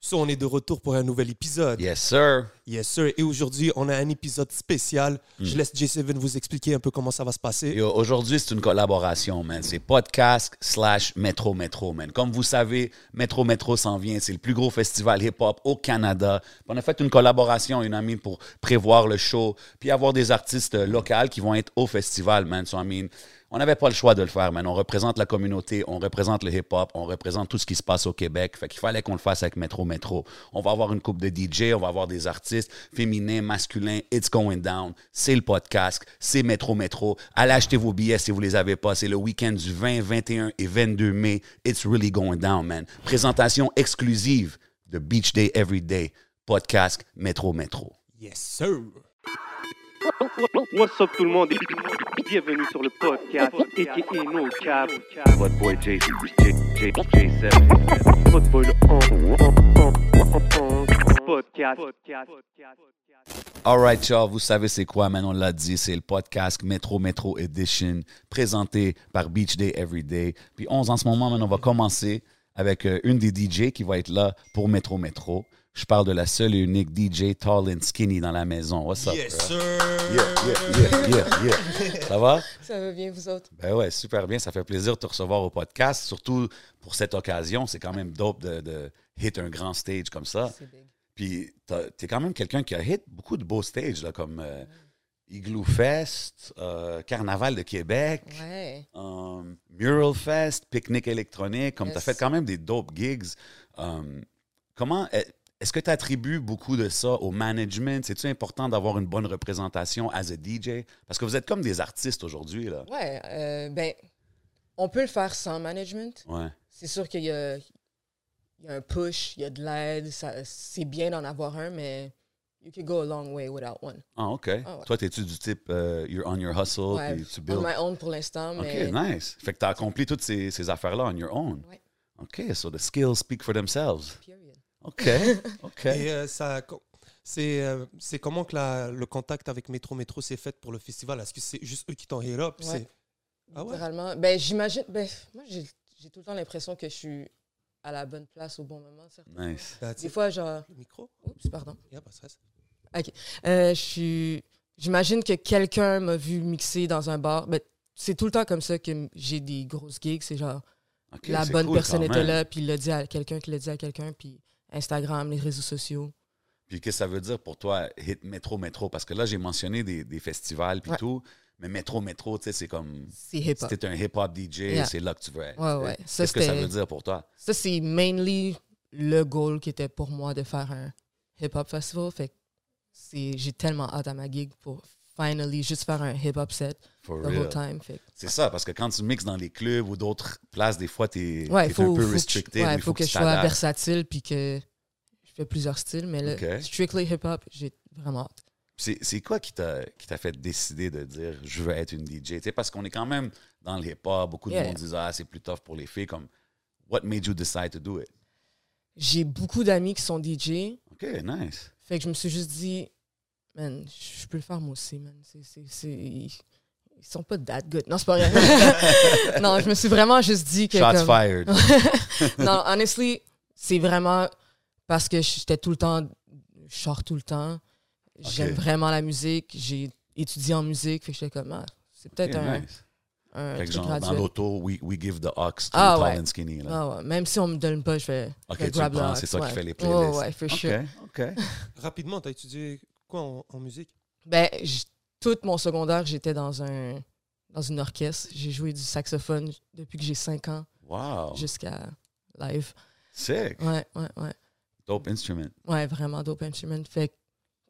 So, on est de retour pour un nouvel épisode. Yes, sir. Yes, sir. Et aujourd'hui, on a un épisode spécial. Je laisse J7 vous expliquer un peu comment ça va se passer. Yo, Aujourd'hui, c'est une collaboration, man. C'est podcast slash Métro Métro, man. Comme vous savez, Métro Métro s'en vient. C'est le plus gros festival hip-hop au Canada. Puis On a fait une collaboration, une amie, pour prévoir le show, puis avoir des artistes euh, locaux qui vont être au festival, man. So, I mean, on n'avait pas le choix de le faire, man. On représente la communauté, on représente le hip-hop, on représente tout ce qui se passe au Québec. Fait qu'il fallait qu'on le fasse avec Métro Métro. On va avoir une coupe de DJ, on va avoir des artistes féminins, masculins. It's going down. C'est le podcast, c'est Métro Métro. Allez acheter vos billets si vous les avez pas. C'est le week-end du 20, 21 et 22 mai. It's really going down, man. Présentation exclusive de Beach Day Every Day. Podcast Métro Métro. Yes, sir. What's up tout le monde et bienvenue sur le podcast et No Cap. Votre boy J, J, J, J7. Votre boy le on, on, on, on, on, podcast. All right, y'all, vous savez c'est quoi, man, on l'a dit, c'est le podcast Metro Metro Edition, présenté par Beach Day Every Day. Puis 11 en ce moment, man, on va commencer avec euh, une des DJ qui va être là pour Metro Metro. Je parle de la seule et unique DJ Tall and Skinny dans la maison. What's up, Yes, bro? sir. Yeah, yeah, yeah, yeah. Ça va? Ça va bien, vous autres? Ben ouais, super bien. Ça fait plaisir de te recevoir au podcast, surtout pour cette occasion. C'est quand même dope de, de hit un grand stage comme ça. C'est big. Puis t'as- t'es quand même quelqu'un qui a hit beaucoup de beaux stages, là, comme euh, Igloo Fest, euh, Carnaval de Québec, Ouais. euh, Mural Fest, Pique-nique électronique. Comme t'as Yes. fait quand même des dope gigs. Euh, comment est- est-ce que tu attribues beaucoup de ça au management? C'est-tu important d'avoir une bonne représentation as a DJ? Parce que vous êtes comme des artistes aujourd'hui, là. Ouais, euh, ben, on peut le faire sans management. Ouais. C'est sûr qu'il y a, il y a un push, il y a de l'aide, ça- c'est bien d'en avoir un, mais you can go a long way without one. Ah, OK. Ah ouais. Toi, t'es-tu du type euh, you're on your hustle, Ouais, puis tu On build? my own pour l'instant, OK, mais nice. Fait que t'as accompli toutes ces, ces affaires-là on your own. Ouais. OK, so the skills speak for themselves. period. OK, OK. Et euh, ça. co- C'est euh, c'est comment que la- le contact avec Métro Métro s'est fait pour le festival Est-ce que c'est juste eux qui t'ont hit up Ouais. C'est- Ah ouais Littéralement, ben, j'imagine, ben, moi, j'ai j'ai tout le temps l'impression que je suis à la bonne place au bon moment. certainement. Nice. That's Des it. fois, genre, Le micro oups, pardon. Yeah, bah, pas de stress. Euh, je suis. J'imagine que quelqu'un m'a vu mixer dans un bar. Ben, c'est tout le temps comme ça que m- j'ai des grosses gigs. C'est genre, OK, la c'est bonne cool personne quand était même. là, puis il l'a dit à quelqu'un, qui l'a dit à quelqu'un, puis Instagram, les réseaux sociaux. Puis qu'est-ce que ça veut dire pour toi, hit métro, métro? Parce que là, j'ai mentionné des, des festivals puis Ouais. tout, mais métro, métro, tu sais, c'est comme... C'est hip-hop. Si t'es un hip-hop DJ, Yeah. c'est là que tu veux être. Ouais, tu sais. ouais. Ça, Qu'est-ce que ça c'était- veut dire pour toi? Ça, c'est mainly le goal qui était pour moi de faire un hip-hop festival. Fait que c'est- j'ai tellement hâte à ma gig pour finally juste faire un hip-hop set For the whole real. time. Fait que C'est ça, parce que quand tu mixes dans les clubs ou d'autres places, des fois, t'es Ouais, t'es faut, un peu faut que- restricted. ouais, mais faut, que, tu je sois t'adaptes. versatile puis que je fais plusieurs styles. Mais là, Ok. strictly hip-hop, j'ai vraiment hâte. C'est c'est quoi qui t'a qui t'a fait décider de dire je veux être une DJ? Tu sais, parce qu'on est quand même dans le hip-hop. Beaucoup de Yeah. monde disent Ah, c'est plus tough pour les filles. Comme, what made you decide to do it? J'ai beaucoup d'amis qui sont DJ. OK, nice. Fait que je me suis juste dit, man, je peux le faire moi aussi, man. C'est- c'est- c'est- ils, ils sont pas that good. Non, c'est pas vrai. non, je me suis vraiment juste dit que. Shots comme- fired. non, honestly, c'est vraiment parce que j'étais tout le temps, je sors tout le temps. J'aime Ok. vraiment la musique. J'ai étudié en musique. Fait que j'étais comme, ah, c'est peut-être Ok, un, nice. un Fait que genre, truc dans graduel. l'auto, we, we give the ox to Ah, tall ouais. and skinny. Là. Ah ouais, Même si on me donne pas, je vais. OK, je vais tu le grab prends, la c'est ox, ça qui ouais. fait les Ouais, playlists. ouais, for OK, sure. OK. Rapidement, t'as étudié quoi en, en musique Ben, j- tout mon secondaire, j'étais dans un dans une orchestre. J'ai joué du saxophone depuis que j'ai 5 ans Wow. jusqu'à live. Sick. Ouais, ouais, ouais. Dope instrument. Ouais, vraiment dope instrument. Fait que,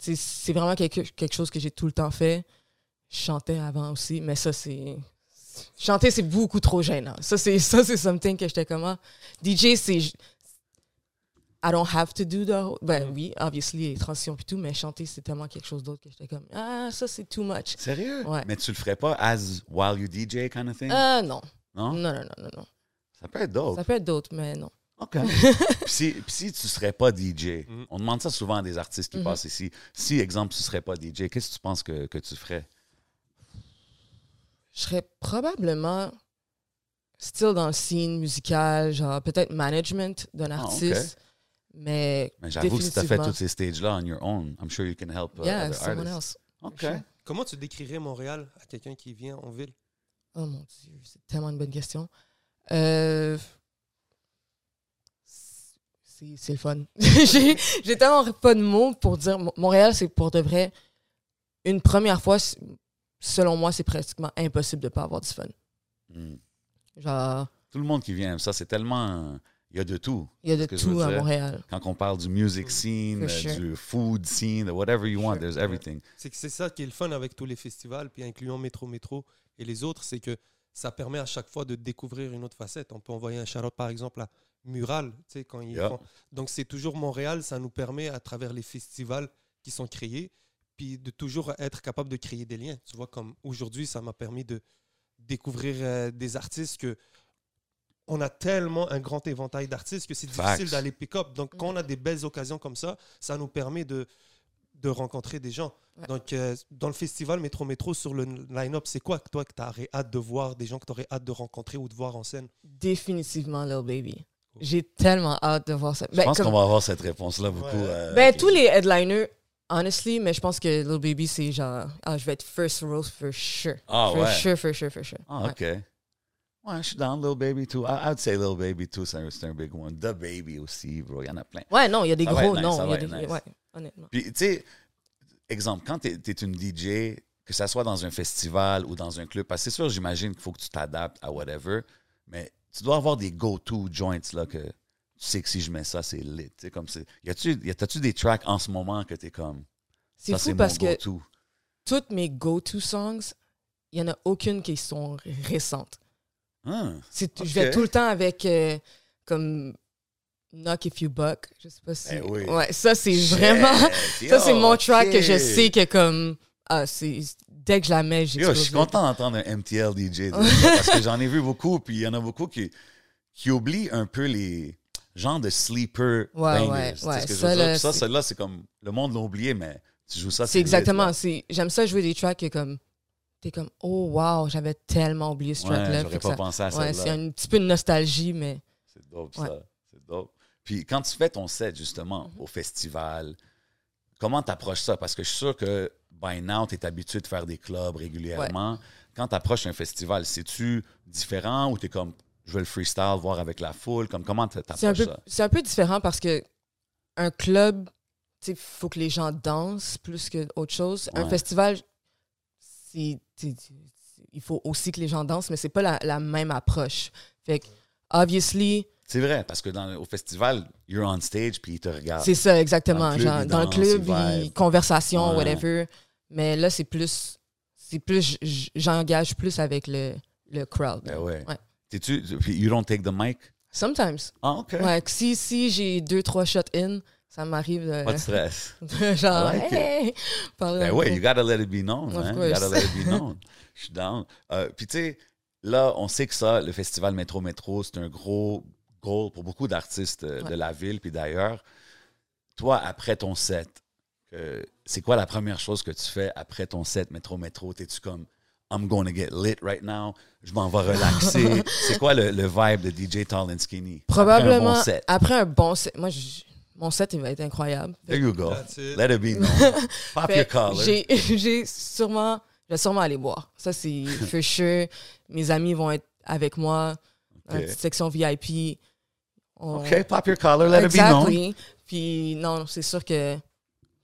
tu sais, c'est vraiment quelque, quelque chose que j'ai tout le temps fait. Je chantais avant aussi, mais ça, c'est. Chanter, c'est beaucoup trop gênant. Ça, c'est ça, c'est something que j'étais comme. ah, DJ, c'est. j- I don't have to do the. whole- Ben oui, obviously, les transitions et tout, mais chanter, c'est tellement quelque chose d'autre que j'étais comme. Ah, ça, c'est too much. Sérieux? Ouais. Mais tu le ferais pas as while you DJ kind of thing? Ah, non. non? Non, non, non, non, non. Ça peut être dope. Ça peut être d'autres, mais non. OK. Puis si, puis si tu serais pas DJ, Mm. Mhm. on demande ça souvent à des artistes qui Mhm. passent ici. Si, exemple, tu serais pas DJ, qu'est-ce que tu penses que, que tu ferais? Je serais probablement still dans le scene musical, genre peut-être management d'un Ah, artiste, Mais, Mais j'avoue que si tu as fait définitivement, tous ces stages-là on your own, I'm sure you can help uh, yeah, other someone artists. else. OK. Sure. Comment tu décrirais Montréal à quelqu'un qui vient en ville Oh mon Dieu, c'est tellement une bonne question. Euh, c'est c'est le fun. J'ai j'ai tellement pas de mots pour dire. Mo- Montréal, c'est pour de vrai. Une première fois, c'est- selon moi, c'est pratiquement impossible de pas avoir du fun. Mm. Genre, Tout le monde qui vient aime ça, c'est tellement... Il y a de tout. il y a de ce que je veux tout à dire. Montréal. Quand on parle du music scene, Mm. For euh, sure. du food scene, de whatever you want, Sure. there's everything. C'est que c'est ça qui est le fun avec tous les festivals, puis incluant Métro Métro et les autres, c'est que ça permet à chaque fois de découvrir une autre facette. On peut envoyer un shout par exemple, à Mural, tu sais, quand ils Yeah. font. Donc c'est toujours Montréal, ça nous permet à travers les festivals qui sont créés, puis de toujours être capable de créer des liens. Tu vois, comme aujourd'hui, ça m'a permis de découvrir euh, des artistes que on a tellement un grand éventail d'artistes que c'est difficile Facts. d'aller pick-up. Donc quand on a Mhm. des belles occasions comme ça, ça nous permet de, de rencontrer des gens. Ouais. Donc, euh, dans le festival Métro Métro, sur le line-up, c'est quoi que toi que tu aurais hâte de voir, des gens que tu aurais hâte de rencontrer ou de voir en scène Définitivement Lil Baby. J'ai tellement hâte de voir ça. Je Ben, pense comme- qu'on va avoir cette réponse-là beaucoup. Ouais. euh, Ben, avec tous les headliners, honestly, mais je pense que Lil Baby, c'est genre, ah, je vais être first row for sure. Ah, for ouais. sure, for sure, for sure. Ah, Ouais. OK. Ouais, je suis dans Little Baby too. I, I'd say Little Baby too, c'est un, c'est un big one. The Baby aussi, bro. Il y en a plein. Ouais, non, il y a des Ça va gros être nice, noms. ça il va y a être des- nice. Ouais, honnêtement. Puis, tu sais, exemple, quand tu es, une DJ, que ça soit dans un festival ou dans un club, parce que c'est sûr, j'imagine qu'il faut que tu t'adaptes à whatever, mais tu dois avoir des go-to joints, là, que tu sais que si je mets ça, c'est lit. Tu sais, comme c'est. Y a-tu y a- t'as-tu des tracks en ce moment que tu es comme. C'est Ça, c'est fou mon parce que go-to. toutes mes go-to songs, il n'y en a aucune qui sont ré- récentes. Ah, C'est- Ok. Je vais tout le temps avec euh, comme Knock If You Buck. Je sais pas si. Ben oui. Ouais, ça, c'est shit, vraiment. Ça, c'est yo, mon track que je ok. sais que comme. Ah, c'est. Dès que je la mets, j'ai Yo, je suis content d'entendre un MTL DJ dire ça, parce que j'en ai vu beaucoup, puis il y en a beaucoup qui, qui oublient un peu les genres de sleeper Ouais, bangers. ouais, Tu sais ouais. ce que je Ça, veux dire? là, Puis ça, c'est- celle-là, c'est comme le monde l'a oublié, mais tu joues ça. C'est lit, exactement. là. c'est- J'aime ça jouer des tracks que comme. T'es comme, oh wow, j'avais tellement oublié ce Ouais, track-là. j'aurais Fait que pas ça- pensé à Ouais, c'est celle-là. un petit peu de nostalgie, mais. C'est dope, Ouais. Mm-hmm. ça. C'est dope. Puis quand tu fais ton set, justement, au festival, comment t'approches ça? Parce que je suis sûr que by now, tu es habitué de faire des clubs régulièrement. Quand t'approches un festival, c'est-tu différent ou t'es comme, je veux le freestyle, voir avec la foule? Comme, comment t'approches C'est un, peu, ça? c'est un peu différent parce que un club, il faut que les gens dansent plus que autre chose. Un Ouais. festival, c'est- t'sais, il faut aussi que les gens dansent, mais c'est pas la, la même approche. Fait que, obviously, C'est vrai, parce que dans, au festival, you're on stage, puis ils te regardent. c'est ça exactement. Ah. Dans le club, ils Genre, dans le dansent, club, ils ils- vibent. conversation, Ouais. whatever. Mais là, c'est plus, c'est plus, j- j'engage plus avec le, le crowd. Ben ouais. Ouais. T'es-tu, puis you don't take the mic? Sometimes. Ah, OK. Ouais, que si, si j'ai deux, trois shots in, ça m'arrive de. Pas de stress. genre, I like it. hey, parler Ben au ouais, micro. you gotta let it be known, Of man. You course. gotta let it be known. Je suis down. Euh, puis tu sais, là, on sait que ça, le festival Métro Métro, c'est un gros goal pour beaucoup d'artistes euh, de Ouais. la ville, puis d'ailleurs. Toi, après ton set, euh, c'est quoi la première chose que tu fais après ton set Métro Métro? T'es-tu comme I'm gonna get lit right now? Je m'en vais relaxer. c'est quoi le, le vibe de DJ Tall and Skinny? Après un Probablement bon set. set. Moi, je- mon set, il va être incroyable. Fait There you go. That's it. Let it be known. Pop Fait your que collar. J'ai, j'ai sûrement, je vais sûrement aller boire. Ça, c'est for sure. Mes amis vont être avec moi dans Ok. la petite section VIP. On- OK, pop your collar, let it be known. Exactly. Puis non, c'est sûr que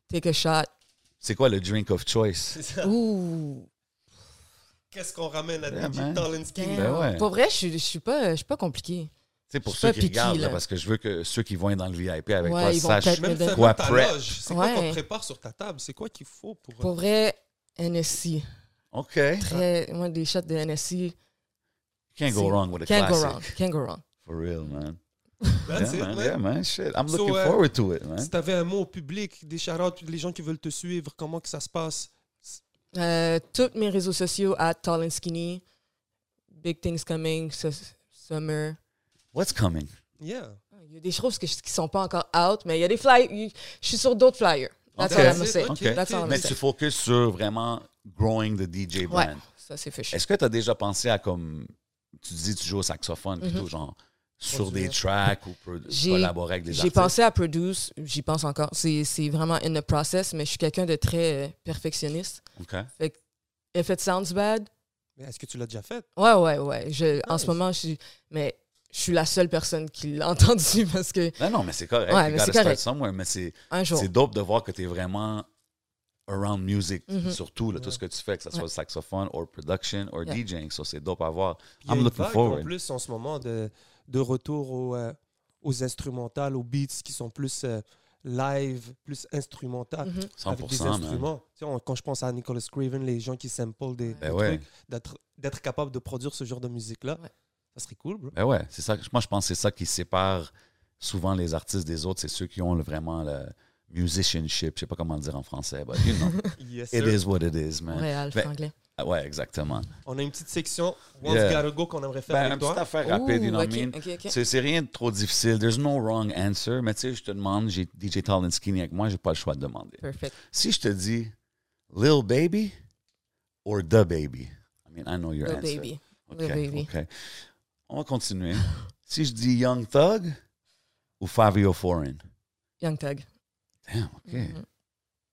take a shot. C'est quoi le drink of choice? Ouh. Qu'est-ce qu'on ramène à Yeah, DJ man. Tarlinski damn. Ben ouais. Pour vrai, je, je suis pas, je suis pas compliqué. Tu sais, pour Je suis ceux pas qui picky, regardent, là, là. parce que je veux que ceux qui vont être dans le VIP avec Ouais, toi ils vont sachent. peut-être- Même Mais ça, de- Quoi même ta prep? loge, c'est Ouais. quoi qu'on prépare sur ta table C'est quoi qu'il faut pour... Pour vrai, NSC. OK. Très, moi, des shots de NSC. Can't go c'est- wrong with a Can't classic. go wrong. Can't go wrong. For real, man. That's it, yeah, man. man. Yeah, man. Shit. I'm So, looking euh, forward to it, man. Si tu avais un mot au public, des charades, les gens qui veulent te suivre, comment que ça se passe Euh, tous mes réseaux sociaux à Tall and Skinny. Big Things Coming, su- Summer. What's coming? Yeah. Ah, Il y a des choses que je- qui sont pas encore out, mais il y a des flyers. Je suis sur d'autres flyers. That's Ok. all I'm gonna say. Ok. OK. That's all I'm Mais gonna tu say. focuses sur vraiment growing the DJ brand. Ouais, ça c'est fichu. Mm-hmm. Est-ce que tu as déjà pensé à comme. Tu dis, tu joues au saxophone, plutôt, genre. sur Produire. des tracks ou pro- J'ai- collaborer avec des J'ai artistes? pensé à produce, j'y pense encore. C'est c'est vraiment in the process, mais je suis quelqu'un de très euh, perfectionniste. OK. If it sounds bad, Mais est-ce que tu l'as déjà fait? ouais, ouais, ouais. Je, en Nice. ce moment, je suis. Mais je suis la seule personne qui l'a entendu parce que Non, non, mais c'est correct. You Ouais, mais gotta c'est start correct. somewhere, mais c'est un jour. c'est dope de voir que tu es vraiment around music, Mhm. surtout, là, tout Ouais. ce que tu fais, que ce soit Ouais. saxophone, or production, or Yeah. DJing. Ça, c'est dope à voir. Puis Il y a I'm une looking vague, forward. en plus en ce moment de, de retour au, euh, aux instrumentales, aux beats qui sont plus euh, live, plus instrumentales. Mhm. Avec 100%, des man. instruments. Tu sais, on- quand je pense à Nicholas Craven, les gens qui samplent des, Ben des ouais. trucs, d'être- d'être capable de produire ce genre de musique-là, Ouais. ça serait cool, bro. Ben ouais, c'est ça. que- Moi, je pense que c'est ça qui sépare souvent les artistes des autres. C'est ceux qui ont le- vraiment le musicianship. Je sais pas comment le dire en français, but you know, Yes, it sir. is what it is, man. Montréal, Ben, franglais. Ah Ouais, exactement. On a une petite section Once Yeah. Gotta Go qu'on aimerait faire Ben, avec une petite toi. affaire rapide, Ouh, you know what ok, I mean? ok, ok. C'est c'est rien de trop difficile. There's no wrong answer. Mais tu sais, je te demande, j'ai DJ Talinskini avec moi, j'ai pas le choix de demander. Perfect. Si je te dis Lil Baby or The Baby, I mean, I know your Lil answer. baby. OK, Lil Baby. OK. On va continuer. si je dis Young Thug ou Fabio Foreign? Young Thug. Damn, OK. Mhm.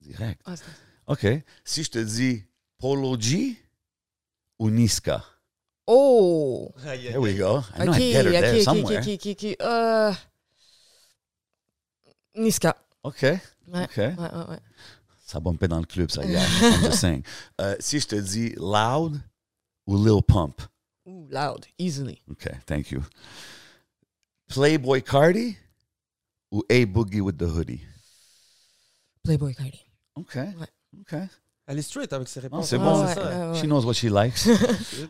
Direct. Ah, c'est- OK. Si je te dis Polo G ou Niska? Oh! Aïe, aïe, There we aïe. go. I know Ok, I get her ok, there ok, somewhere. ok, ok, ok. Euh, Niska. OK. Ouais. OK. Ouais, ouais, ouais. Ça bumpait dans le club, ça, yeah. I'm just saying. Euh, si je te dis Loud ou Lil Pump? Ooh, loud, easily. OK, thank you. Playboy Cardi ou A Boogie with the Hoodie? Playboy Cardi. OK. Ouais. OK. Elle est straight avec ses réponses. c'est hein, bon. Ouais, ça. ouais, ouais. She knows what she likes.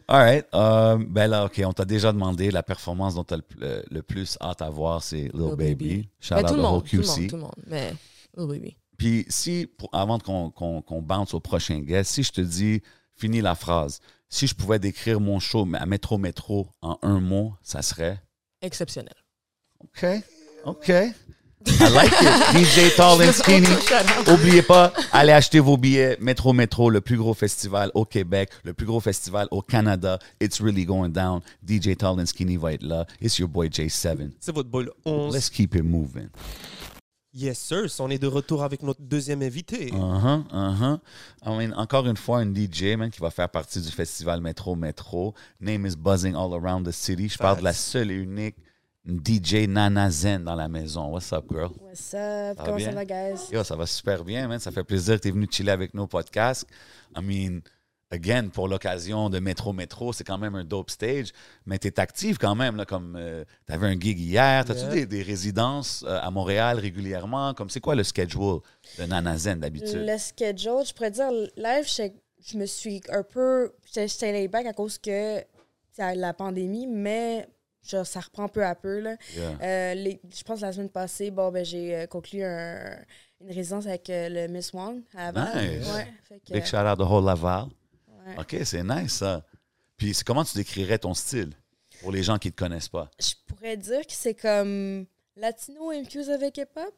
All right. euh, ben là, OK, on t'a déjà demandé la performance dont t'as le, le- le plus hâte à voir, c'est Lil Lil Baby. Baby. Shout Ben, out tout le the whole monde, tout le monde, QC. tout le monde. Mais Lil Baby. Puis si, pour- avant qu'on qu'on qu'on bounce au prochain guest, si je te dis, finis la phrase, si je pouvais décrire mon show mais à Métro Métro en un mot, ça serait... Exceptionnel. OK, OK. I like it. DJ Tall and Skinny. Oubliez pas, allez acheter vos billets. Métro Métro, le plus gros festival au Québec, le plus gros festival au Canada. It's really going down. DJ Tall and Skinny va être là. It's your boy J7. C'est votre bol 11. Let's keep it moving. Yes, sir. On est de retour avec notre deuxième invité. Uh-huh, uh-huh. I mean, encore une fois, une DJ man, qui va faire partie du festival Métro Métro. Name is buzzing all around the city. Je parle de la seule et unique DJ Nana Zen dans la maison. What's up, girl? What's up? va Comment bien? ça va, guys? Yo, ça va super bien, man. Ça fait plaisir que tu es venu chiller avec nos podcasts. I mean, again, pour l'occasion de Métro Métro, c'est quand même un dope stage, mais tu es active quand même, là, comme tu avais un gig hier. T'as-tu Yeah. des, des résidences euh, à Montréal régulièrement? Comme c'est quoi le schedule de Nana Zen d'habitude? Le schedule, je pourrais dire, live, je, je me suis un peu. J'étais j'étais laid back à cause que c'est la pandémie, mais genre, ça reprend peu à peu. Là. Yeah. Euh, les- je pense que la semaine passée, bon, ben, j'ai euh, conclu un- une résidence avec euh, le Miss Wong à Laval. Nice. Ouais, fait que, Big shout out de Whole Laval. ouais. OK, c'est nice ça. Puis c'est- comment tu décrirais ton style pour les gens qui ne te connaissent pas? Je pourrais dire que c'est comme latino infused avec hip-hop.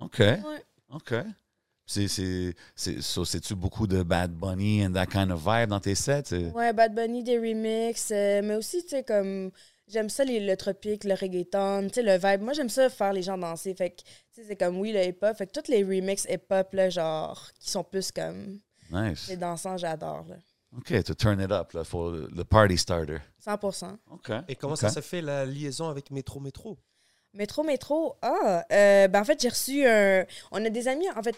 OK. Ouais. OK. C'est- C'est c'est- so, c'est-tu beaucoup de Bad Bunny and that kind of vibe dans tes sets? C'est- Ouais, Bad Bunny, des remixes, euh, mais aussi, tu sais, comme, j'aime ça les- le tropique, le reggaeton, tu sais, le vibe. Moi, j'aime ça faire les gens danser, fait que, tu sais, c'est comme, oui, le hip-hop, fait que tous les remixes hip-hop, là, genre, qui sont plus comme, Nice. les dansants, j'adore, là. OK, to turn it up, là, for the party starter. 100%. OK. Et comment OK. ça se fait la liaison avec Métro Métro Métro, métro, ah, euh, ben, en fait, j'ai reçu un... On a des amis, en fait,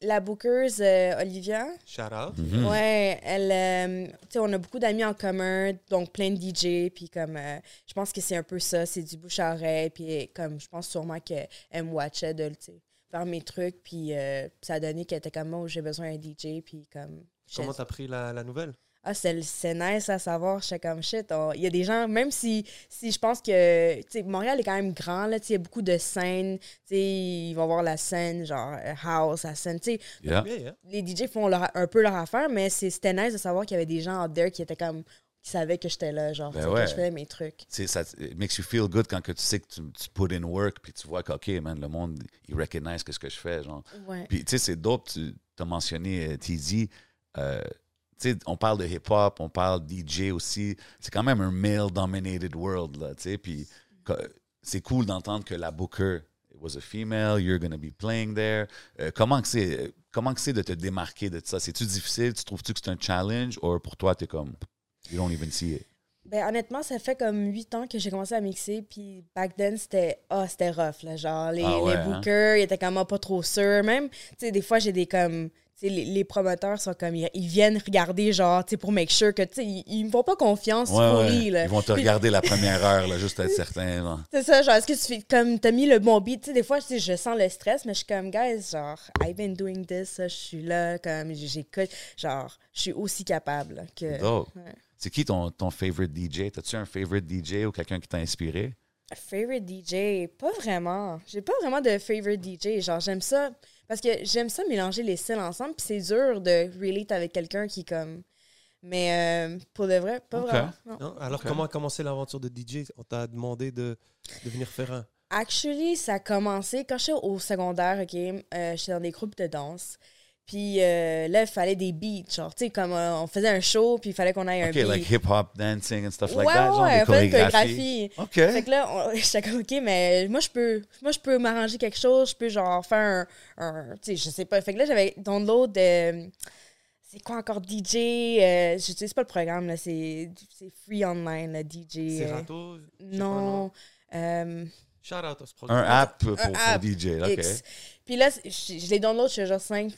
la bookeuse euh, Olivia, Shout out. Mhm. Ouais, elle, euh, tu sais, on a beaucoup d'amis en commun, donc plein de DJ, puis comme, euh, je pense que c'est un peu ça, c'est du bouche à oreille, puis euh, comme, je pense sûrement qu'elle me watchait de, tu sais, faire mes trucs, puis euh, ça a donné qu'elle était comme, oh, j'ai besoin d'un DJ, puis comme, j'étais- Comment t'as pris la, la nouvelle ah, c'est c'est nice à savoir, j'étais comme, shit, on- il y a des gens, même si, si je pense que, tu sais, Montréal est quand même grand, là, tu sais, il y a beaucoup de scènes, tu sais, ils vont voir la scène, genre, euh, house, la scène, tu sais, Yeah. Yeah, yeah. les DJ font leur- un peu leur affaire, mais c'est- c'était nice de savoir qu'il y avait des gens out there qui étaient comme qui savaient que j'étais là, genre Ben tu sais, ouais. que je faisais mes trucs. C'est- Ça, it makes you feel good quand que tu sais que tu, tu put in work puis tu vois que, OK, man, le monde, il recognize que ce que je fais. Genre. Ouais. Puis, tu sais, c'est dope, tu as mentionné euh, TZ. euh, tu sais, on parle de hip-hop, on parle DJ aussi. C'est quand même un male-dominated world, là, tu sais. Puis, co- c'est cool d'entendre que la booker it was a female, you're going to be playing there. Euh, comment que c'est euh, comment que c'est de te démarquer de ça C'est-tu difficile Tu trouves-tu que c'est un challenge ou pour toi tu es comme you don't even see it Ben, honnêtement, ça fait comme huit ans que j'ai commencé à mixer. Puis back then, c'était ah c'était rough. Là, genre, les, Ah ouais, les hein? bookers, ils étaient comme ah, pas trop sûrs. Même, tu sais, des fois, j'ai des comme. tu sais, Les, les promoteurs sont comme. Ils, ils viennent regarder, genre, tu sais, pour make sure que. tu sais, Ils, ils me font pas confiance Ouais, pour ouais. rire, là. Ils vont te Puis- regarder la première heure là, juste être certain. genre. C'est ça, genre, est-ce que tu fais comme t'as mis le bon beat? Tu sais, des fois, tu sais, je sens le stress, mais je suis comme, guys, genre, I've been doing this, je suis là, comme, j'écoute, genre, je suis aussi capable là, que. Dope. Ouais. C'est qui ton, ton favorite DJ? T'as-tu un favorite DJ ou quelqu'un qui t'a inspiré? Favorite DJ, pas vraiment. J'ai pas vraiment de favorite DJ. Genre, j'aime ça. Parce que j'aime ça mélanger les styles ensemble, puis c'est dur de relate avec quelqu'un qui, comme. Mais euh, pour de vrai, pas Ok. vraiment. non. Non? hein. Alors, comment a commencé l'aventure de DJ On t'a demandé de, de venir faire un. Actually, ça a commencé quand j'étais au secondaire, OK? euh, j'étais dans des groupes de danse. Puis euh, là, il fallait des beats, genre, tu sais, comme euh, on faisait un show, puis il fallait qu'on ait un OK, beat. like hip-hop, dancing and stuff ouais, like that, genre ouais, des on faisait une chorégraphies. chorégraphie. Fait OK. que là, on- j'étais comme, OK, mais moi, je peux, moi, je peux m'arranger quelque chose, je peux, genre, faire un, un- tu sais, je sais pas. Fait que là, j'avais download de, c'est quoi encore, DJ, euh, j'utilise pas le programme, là, c'est c'est free online, là, DJ. euh, Serato je sais pas, non, euh, Shout out à ce Un programme. app pour, pour app DJ, là, OK. Ah, X. Puis là, c- je, je l'ai download, je suis genre 5,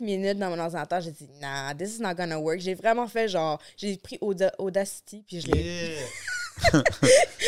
minutes dans mon ordinateur. J'ai dit, nah, this is not gonna work. J'ai vraiment fait genre, j'ai pris Auda- Audacity, puis je l'ai. Yeah.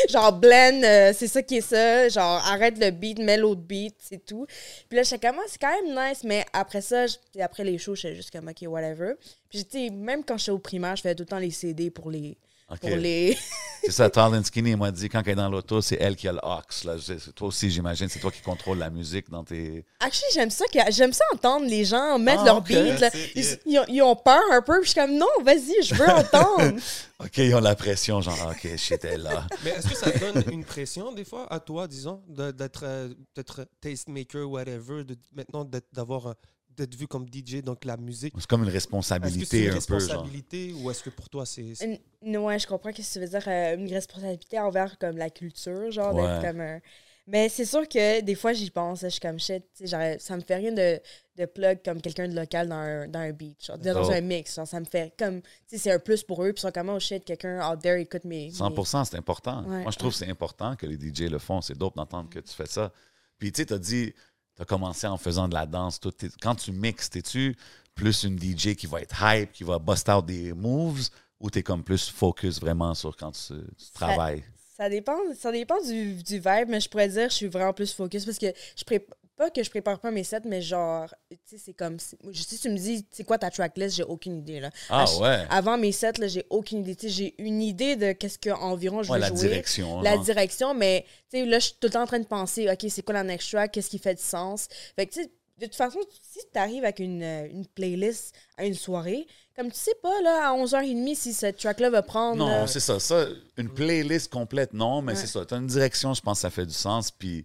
Genre, blend, euh, c'est ça qui est ça. Genre, arrête le beat, mets l'autre beat, c'est tout. Puis là, j'étais comme, Ah, c'est quand même nice, mais après ça, je- puis après les shows, j'étais juste comme, ok, whatever. Puis j'étais, même quand j'étais au primaire, je faisais tout le temps les CD pour les. OK. Pour les... C'est ça, Tall and Skinny m'a dit, quand elle est dans l'auto, c'est elle qui a le ox. Là. Je sais- Toi aussi, j'imagine, c'est toi qui contrôle la musique dans tes... Actually, j'aime ça, que, j'aime ça entendre les gens mettre Ah, leur ok. beat. là. That's it, Ils, yeah. ils ont, ils ont peur un peu, puis je suis comme, non, vas-y, je veux entendre. OK, ils ont la pression, genre, ah, OK, shit, elle là. Mais est-ce que ça te donne une pression, des fois, à toi, disons, de- d'être euh, d'être tastemaker, whatever, de, maintenant d'être d'avoir un- d'être vu comme DJ, donc la musique C'est comme une Est-ce que c'est responsabilité une un peu, genre. responsabilité ou est-ce que pour toi, c'est. c'est- Une- une- ouais, je comprends que ça veut dire euh, une responsabilité envers comme la culture, genre Ouais. d'être comme un- Mais c'est sûr que des fois j'y pense, là, je suis comme shit, tu sais, j'aurais- ça me fait rien de, de plug comme quelqu'un de local dans un, dans un beat, genre, dans Oh. un mix, genre, ça me fait comme, tu sais, c'est un plus pour eux, puis ils sont comme oh shit, quelqu'un out there écoute mes. mes- 100 c'est important. Ouais. Moi, je trouve que c'est important que les DJ le font. C'est dope d'entendre que tu fais ça. Puis, tu sais, tu as dit, tu as commencé en faisant de la danse. Toi, t'es- quand tu mixes, t'es-tu plus une DJ qui va être hype, qui va bust out des moves, ou t'es comme plus focus vraiment sur quand tu, tu travailles? Ça dépend, ça dépend du, du vibe, mais je pourrais dire je suis vraiment plus focus parce que je prépare pas que je prépare pas mes sets, mais genre, tu sais, c'est comme, si si tu me dis, c'est quoi ta tracklist, j'ai aucune idée, là. Ah Ach- ouais! Avant mes sets, là, j'ai aucune idée. Tu sais, J'ai une idée de qu'est-ce que environ je Ouais, vais la jouer. direction. La genre. direction, mais tu sais, là, je suis tout le temps en train de penser, OK, c'est quoi la next track? Qu'est-ce qui fait du sens? Fait que, tu sais, de toute façon, si tu arrives avec une, euh, une playlist à une soirée, comme tu sais pas, là, à 11h30, si cette track-là va prendre. euh, Non, là, c'est ça, ça. Une playlist complète, non, mais Ouais. c'est ça. Tu as une direction, je pense que ça fait du sens. Puis,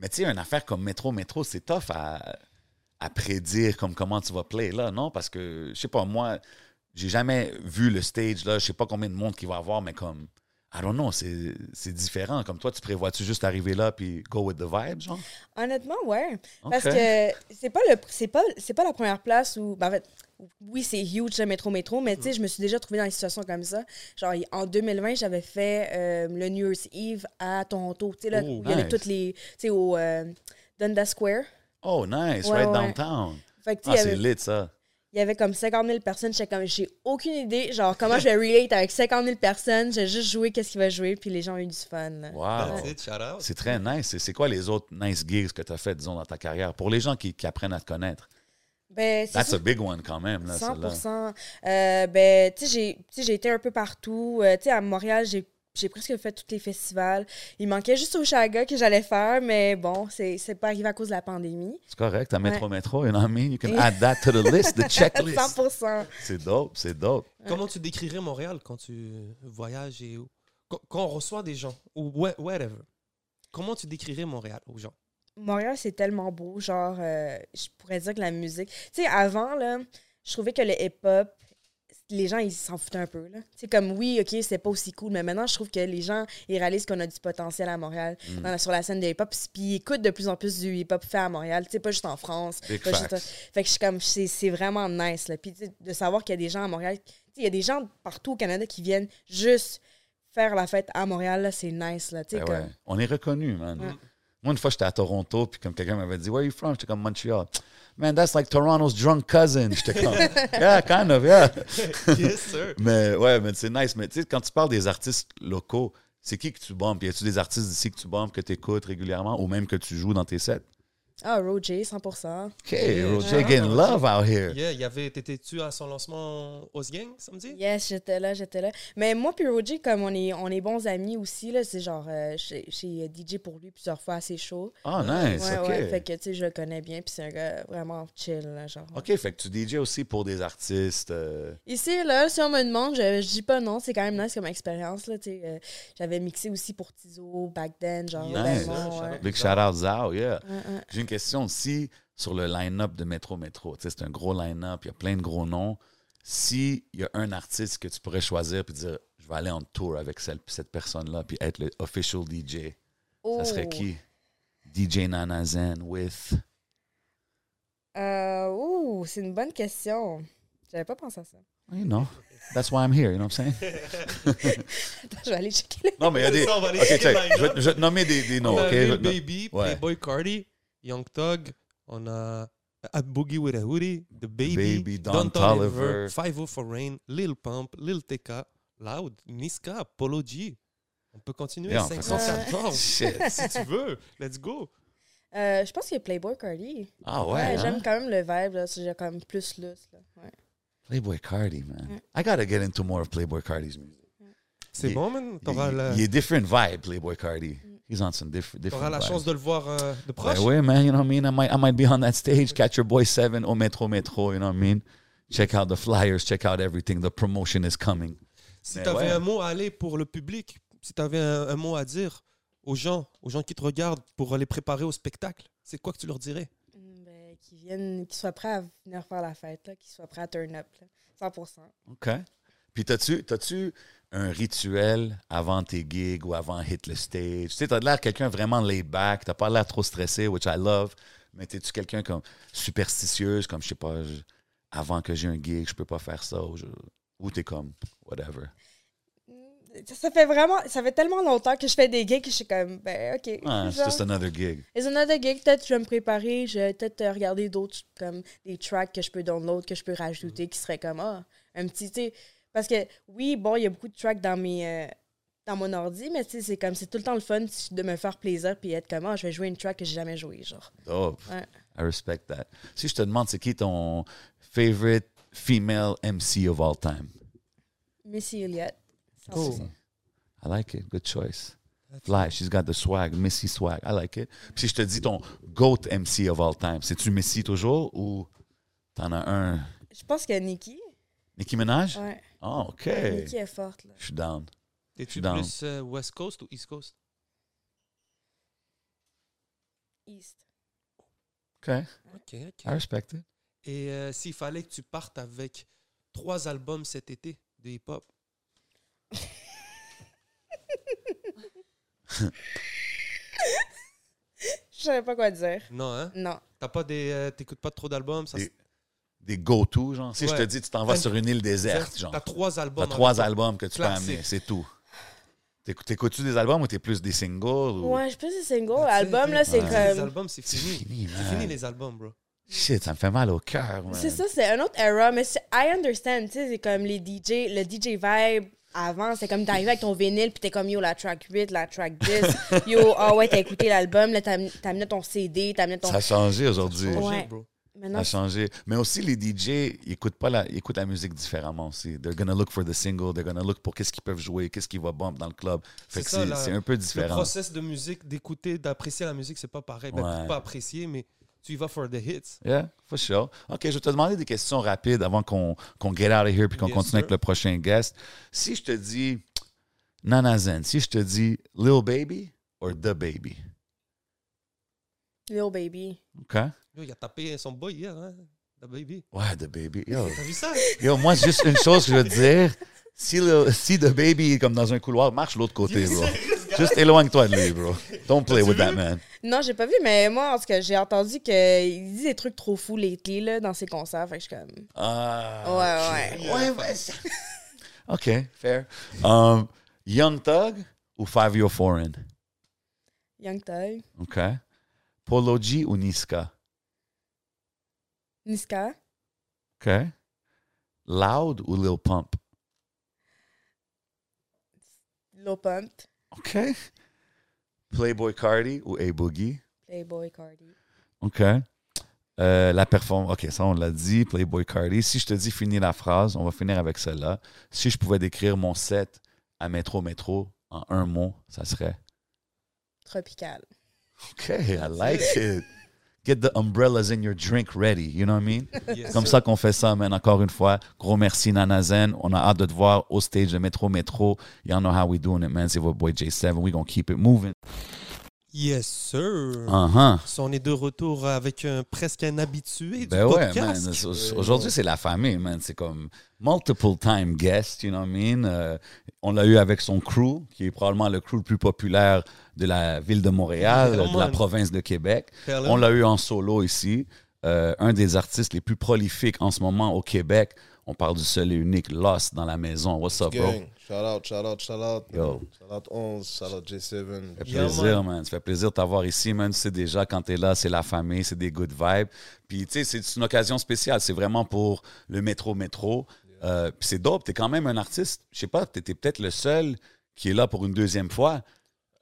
mais tu sais, une affaire comme métro, métro, c'est tough à, à prédire comme comment tu vas play là, non? Parce que, je sais pas, moi, j'ai jamais vu le stage là. Je sais pas combien de monde qu'il va y avoir, mais comme, I don't know, c'est c'est différent. Comme toi, tu prévois-tu juste arriver là puis go with the vibe, genre? Honnêtement, ouais. Parce Ok. que c'est pas le c'est pas c'est pas la première place où ben, en fait oui, c'est huge le métro métro, mais tu Mm. sais, je me suis déjà trouvée dans des situations comme ça. Genre y- en 2020, j'avais fait euh, le New Year's Eve à Toronto, tu sais là, Oh, où il y avait nice. toutes les tu sais au euh, Dundas Square. Oh, nice, Ouais, right ouais. downtown. Fait que tu Ah, sais, il y c'est avait- lit, ça. il y avait comme 50 000 personnes, j'étais comme j'ai aucune idée genre comment je vais relate avec 50 000 personnes, j'ai juste joué qu'est-ce qu'il va jouer puis les gens ont eu du fun. là. Wow. That's it, shout out. C'est très nice. Et C'est quoi les autres nice gigs que tu as fait, disons, dans ta carrière pour les gens qui, qui apprennent à te connaître? Ben c'est That's sûr- a big one quand même, là, celle-là. 100 Euh, Ben, tu sais, j'ai- tu sais, j'ai été un peu partout. Euh, tu sais, à Montréal, j'ai j'ai presque fait tous les festivals. Il manquait juste au Chaga que j'allais faire, mais bon, c'est c'est pas arrivé à cause de la pandémie. C'est correct, à métro Ouais. métro, you know what I mean? You can Et- add that to the list, the checklist. 100 c'est dope, c'est dope. Comment tu décrirais Montréal quand tu voyages et quand, quand on reçoit des gens ou wha- whatever? Comment tu décrirais Montréal aux gens? Montréal, c'est tellement beau. Genre, euh, je pourrais dire que la musique. Tu sais, avant, là, je trouvais que le hip-hop, les gens, ils s'en foutent un peu. Là. C'est comme, oui, OK, c'est pas aussi cool, mais maintenant, je trouve que les gens, ils réalisent qu'on a du potentiel à Montréal Mm. dans la- sur la scène de hip-hop, puis ils écoutent de plus en plus du hip-hop fait à Montréal, tu sais, pas juste en France. Big pas juste- facts. Fait que je suis comme, c'est c'est vraiment nice, là. Puis tu sais, de savoir qu'il y a des gens à Montréal, tu sais, il y a des gens partout au Canada qui viennent juste faire la fête à Montréal, là, c'est nice, là. Tu sais, Ben comme- ouais. On est reconnu, man. Ouais. Moi, une fois, j'étais à Toronto, puis comme quelqu'un m'avait dit, Where are you from? J'étais comme Montreal. Man, that's like Toronto's drunk cousin. J'étais comme, Yeah, kind of, yeah. yes, sir. Mais ouais, mais c'est nice. Mais tu sais, quand tu parles des artistes locaux, c'est qui que tu bombes? Puis y a-tu des artistes d'ici que tu bombes, que tu écoutes régulièrement, ou même que tu joues dans tes sets? Ah, Roger, 100 OK, Roger Ah. getting love out here. Yeah, il y avait, t'étais-tu à son lancement aux gang samedi? Yes, j'étais là, j'étais là. Mais moi puis Roger, comme on est, on est bons amis aussi, là, c'est genre, euh, j'ai j'ai DJ pour lui plusieurs fois à ses shows. Oh, nice, ouais, OK. ouais, fait que, tu sais, je le connais bien, puis c'est un gars vraiment chill, là, genre. OK, fait que tu DJ aussi pour des artistes. euh, Ici, là, si on me demande, je, je dis pas non, c'est quand même nice comme expérience, là, tu sais. euh, J'avais mixé aussi pour Tizo, back then, genre, Nice. vraiment, ouais. Big shout out Zao, yeah. Ouais, ouais. J'ai une question aussi sur le line-up de Métro Métro. Tu sais, c'est un gros line-up, il y a plein de gros noms. S'il y a un artiste que tu pourrais choisir puis dire je vais aller en tour avec celle- cette personne-là puis être le official DJ, ça serait Oh. qui DJ Nana Zen with. Euh, ouh, c'est une bonne question. J'avais pas pensé à ça. You know, that's why I'm here, you know what I'm saying? Attends, je vais aller checker le- Non, mais il y a des. Ça, on va aller Ok, checker check. le line-up. Je vais, je vais te nommer des, des noms, on a ok? Je vais Lil te- Baby, Ouais. Playboy Cardi, Young Thug, on a A Boogie with a Hoodie, The Baby, Baby, Don Toliver. Five O for Rain, Lil Pump, Lil TK, Loud, Niska, Polo G. On peut continuer, Yeah, on peut 514, Shit. si tu veux. Let's go. Euh, je pense qu'il y a Playboy Cardi. Ah ouais, Ouais, hein? j'aime quand même le vibe, là. J'ai quand même plus lustre, là. Ouais. Playboy Cardi, man. I gotta get into more of Playboy Cardi's music. C'est Il- bon, man. Il, T'auras la, il est different vibe, Playboy Cardi. He's on some different, different t'auras la vibe. chance de le voir euh, de proche. Ben ouais, man, you know what I mean? I might, I might be on that stage, catch your boy seven au métro métro, you know what I mean? Check out the flyers, check out everything. The promotion is coming. Si Ben t'avais ouais. un mot à aller pour le public, si t'avais un, un mot à dire aux gens, aux gens qui te regardent pour les préparer au spectacle, c'est quoi que tu leur dirais? Mm, Ben, qu'ils viennent, qu'ils soient prêts à venir faire la fête, là, qu'ils soient prêts à turn up, là, 100%. OK. Puis t'as-tu, t'as-tu un rituel avant tes gigs ou avant hit the stage? Tu sais, t'as l'air de quelqu'un vraiment laid back, t'as pas l'air trop stressé, which I love, mais t'es-tu quelqu'un comme superstitieuse, comme je sais pas, je- avant que j'ai un gig, je peux pas faire ça, ou, je- ou t'es comme, whatever. Mm, Ça, ça fait vraiment, ça fait tellement longtemps que je fais des gigs que je suis comme, ben, ok. Ah, it's genre, just another gig. It's another gig, peut-être je vais me préparer, je vais peut-être euh, regarder d'autres, comme des tracks que je peux download, que je peux rajouter, qui seraient comme, ah, un petit, tu sais. Parce que, oui, bon, il y a beaucoup de tracks dans mes. euh, dans mon ordi, mais tu sais, c'est comme, c'est tout le temps le fun de me faire plaisir puis être comme, ah, je vais jouer une track que j'ai jamais jouée, genre. Dope. Ouais. I respect that. Si je te demande, c'est qui ton favorite female MC of all time? Missy Elliott. Oh. I like it. Good choice. Fly, she's got the swag, Missy swag. I like it. Puis si je te dis ton GOAT MC of all time, c'est-tu Missy toujours ou t'en as un? Je pense que Nikki. Nicki Minaj? Ah, Ouais. OK. Nikki est forte, là. Je suis down. T'es-tu down. plus euh, West Coast ou East Coast? East. OK. I Ok, ok. respect it. Et euh, s'il fallait que tu partes avec trois albums cet été de hip-hop, Je savais pas quoi dire. non, hein? Non. T'as pas des, euh, t'écoutes pas trop d'albums? ça Des- se- Des go-to, genre. Si je te Ouais. dis, tu t'en vas T'as- sur une île déserte, genre. T'as trois albums. T'as trois avec- albums que tu Classique. peux amener, c'est tout. T'écoutes- T'écoutes-tu des albums ou t'es plus des singles? Ou... Ouais, je pense que c'est Bah, single. That's it, Album, dude. là, c'est Les comme. albums, c'est C'est fini. fini, C'est man. fini les albums, bro. Shit, ça me fait mal au cœur, man. C'est ça, c'est un autre era, mais c'est- I understand, tu sais, c'est comme les DJ, le DJ vibe avant, c'est comme t'arrivais avec ton vinyle, puis t'es comme yo, la track 8, la track 10, yo, ah ouais, t'as écouté l'album, là, t'as amené ton CD, t'as amené ton. Ça a changé aujourd'hui. Ouais. Projet, bro. Ça Maintenant, a changé. Mais aussi, les DJ, ils écoutent, pas la, ils écoutent la musique différemment aussi. They're gonna look for the single, they're gonna look pour qu'est-ce qu'ils peuvent jouer, qu'est-ce qui va bump dans le club. Fait C'est que ça, c'est la- c'est un peu Le différent. process de musique, d'écouter, d'apprécier la musique, c'est pas pareil. Ben, Ouais. tu peux pas apprécier, mais tu y vas for the hits. Yeah, for sure. OK, je vais te demander des questions rapides avant qu'on qu'on get out of here puis qu'on Yes, continue sir. avec le prochain guest. Si je te dis Nana Zen, si je te dis Lil Baby or The Baby, Lil Baby. OK? Yo, il a tapé son boy hier, hein? The Baby. Ouais, The Baby. Yo, T'as vu ça? yo, moi, juste une chose que je veux te dire. Si, le- si The Baby est comme dans un couloir, marche l'autre côté, bro. Juste éloigne-toi de lui, bro. Don't play with that man. Non, j'ai pas vu, mais moi, en tout cas, j'ai entendu qu'il dit des trucs trop fous lately, là, dans ses concerts. Fait que je suis comme. Ah, Ouais, ok. Ouais, ouais, ça- OK, fair. Um, Young Thug ou Five Year Foreign? Young Thug. OK. Polo G ou Niska? Niska. OK. Loud ou Lil Pump? Low Pump. OK. Playboy Cardi ou A Boogie? Playboy Cardi. OK. Euh, la performance. OK, ça, on l'a dit. Playboy Cardi. Si je te dis finis la phrase, on va finir avec celle-là. Si je pouvais décrire mon set à Métro Métro en un mot, ça serait. Tropical. OK, I like it. Get the umbrellas in your drink ready. You know what I mean? Yes, Comme sir. ça qu'on fait ça, man. Encore une fois, gros merci, Nanazen. On a hâte de te voir au stage de Métro Métro. Y'all know how we doing it, man. C'est votre boy J7. We gonna keep it moving. Yes, sir. Uh-huh. Si on est de retour avec un, presque un habitué Ben du ouais, man. podcast. euh. Au- Aujourd'hui, c'est la famille, man. C'est comme multiple time guest, you know what I mean? Euh, on l'a eu avec son crew, qui est probablement le crew le plus populaire de la ville de Montréal, Vraiment, de la man. province de Québec. Faire le- On l'a eu en solo ici. Euh, un des artistes les plus prolifiques en ce moment au Québec. On parle du seul et unique Lost dans la maison. What's up, bro? Gang, shout out, shout out, shout out. Yo. Shout out 11, shout out J7. Ça fait Yeah, plaisir, man. Ça fait plaisir de t'avoir ici, man. Tu sais déjà, quand t'es là, c'est la famille, c'est des good vibes. Puis, tu sais, c'est une occasion spéciale. C'est vraiment pour le métro-métro. Euh, puis c'est dope. T'es quand même un artiste. Je sais pas, t'étais peut-être le seul qui est là pour une deuxième fois.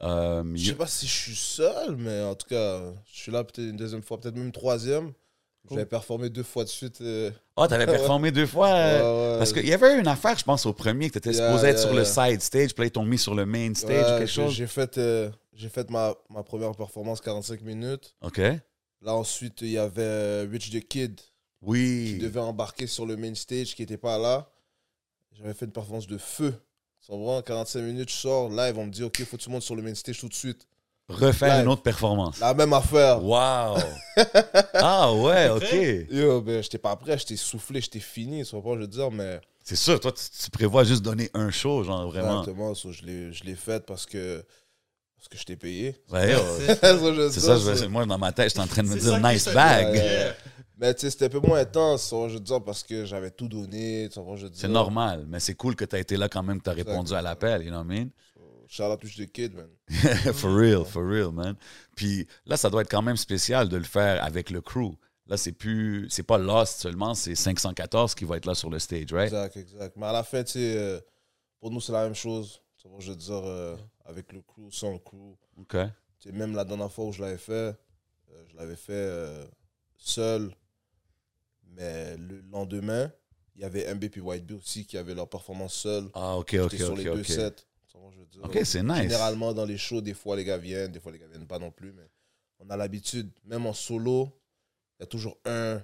Euh, Je sais pas si je suis seul, mais en tout cas, je suis là peut-être une deuxième fois, peut-être même une troisième. J'avais performé deux fois de suite. euh, oh, t'avais performé deux fois. euh, ouais, ouais. Parce qu'il y avait une affaire, je pense, au premier, que tu étais Yeah, supposé être yeah, sur le yeah. side stage, puis là, ils t'ont mis sur le main stage Ouais, ou quelque j'ai- chose. J'ai fait, euh, j'ai fait ma, ma première performance 45 minutes. OK. Là, ensuite, il y avait euh, Rich the Kid qui Oui. devait embarquer sur le main stage qui n'était pas là. J'avais fait une performance de feu. Sans vraiment 45 minutes, je sors live, on me dit Ok, faut que tu montes sur le main stage tout de suite. Refaire Live. une autre performance. La même affaire. Wow. ah ouais, OK. Yo, ben, j'étais pas prêt, j'étais soufflé, j'étais fini, tu vois pas, je veux dire, mais C'est sûr, toi, tu, tu prévois juste donner un show, genre vraiment. exactement, so, je l'ai je l'ai faite parce que, parce que je t'ai payé. Ouais, ouais. C'est- So, je veux C'est dire, ça, je- so- moi, dans ma tête, j'étais en train de me c'est dire ça qui nice fait- bag. Ouais, ouais. Mais tu sais, c'était un peu moins intense, so, je veux dire, parce que j'avais tout donné, tu vois, je veux dire. C'est normal, mais c'est cool que tu as été là quand même, que tu as répondu à l'appel, you know what I mean? Charlotte touche de kid, man. for real, for real, man. Puis là, ça doit être quand même spécial de le faire avec le crew. Là, c'est plus, c'est pas Lost seulement, c'est 514 qui va être là sur le stage, right? Exact, exact. Mais à la fin, tu sais, euh, pour nous, c'est la même chose, tu vois, je veux dire, euh, avec le crew, sans le crew. OK. Tu sais, même la dernière fois où je l'avais fait, euh, je l'avais fait euh, seul. Mais le lendemain, il y avait MB puis White Bee aussi qui avaient leur performance seule. Ah, OK, J'étais OK, sur OK, les deux OK. sets. Tu vois, je veux dire, OK, c'est nice. Généralement, dans les shows, des fois les gars viennent, des fois les gars viennent pas non plus. Mais on a l'habitude, même en solo, il y a toujours un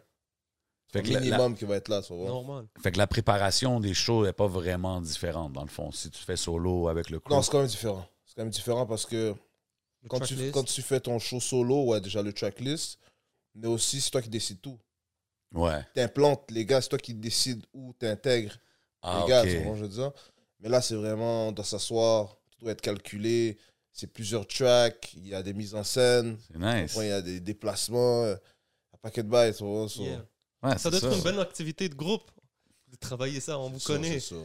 Fait que la- la- minimum qui va être là. Tu vois. Non, Normal. Fait que la préparation des shows n'est pas vraiment différente, dans le fond, si tu fais solo avec le crew. c'est quand même différent. C'est quand même différent parce que Le quand tu, tracklist. quand tu fais ton show solo, ouais, déjà le tracklist, mais aussi c'est toi qui décides tout. ouais. t'implantes, les gars, c'est toi qui décides où t'intègres Ah, les gars, OK. tu vois, je veux dire. Mais là, c'est vraiment, on doit s'asseoir, tout doit être calculé, c'est plusieurs tracks, il y a des mises en scène, C'est nice. après, il y a des déplacements, euh, un paquet de bails, tu vois. so- Yeah. Ouais, Ça Ah, c'est doit être ça. une bonne activité de groupe de travailler ça, on vous so, connaît. c'est ça.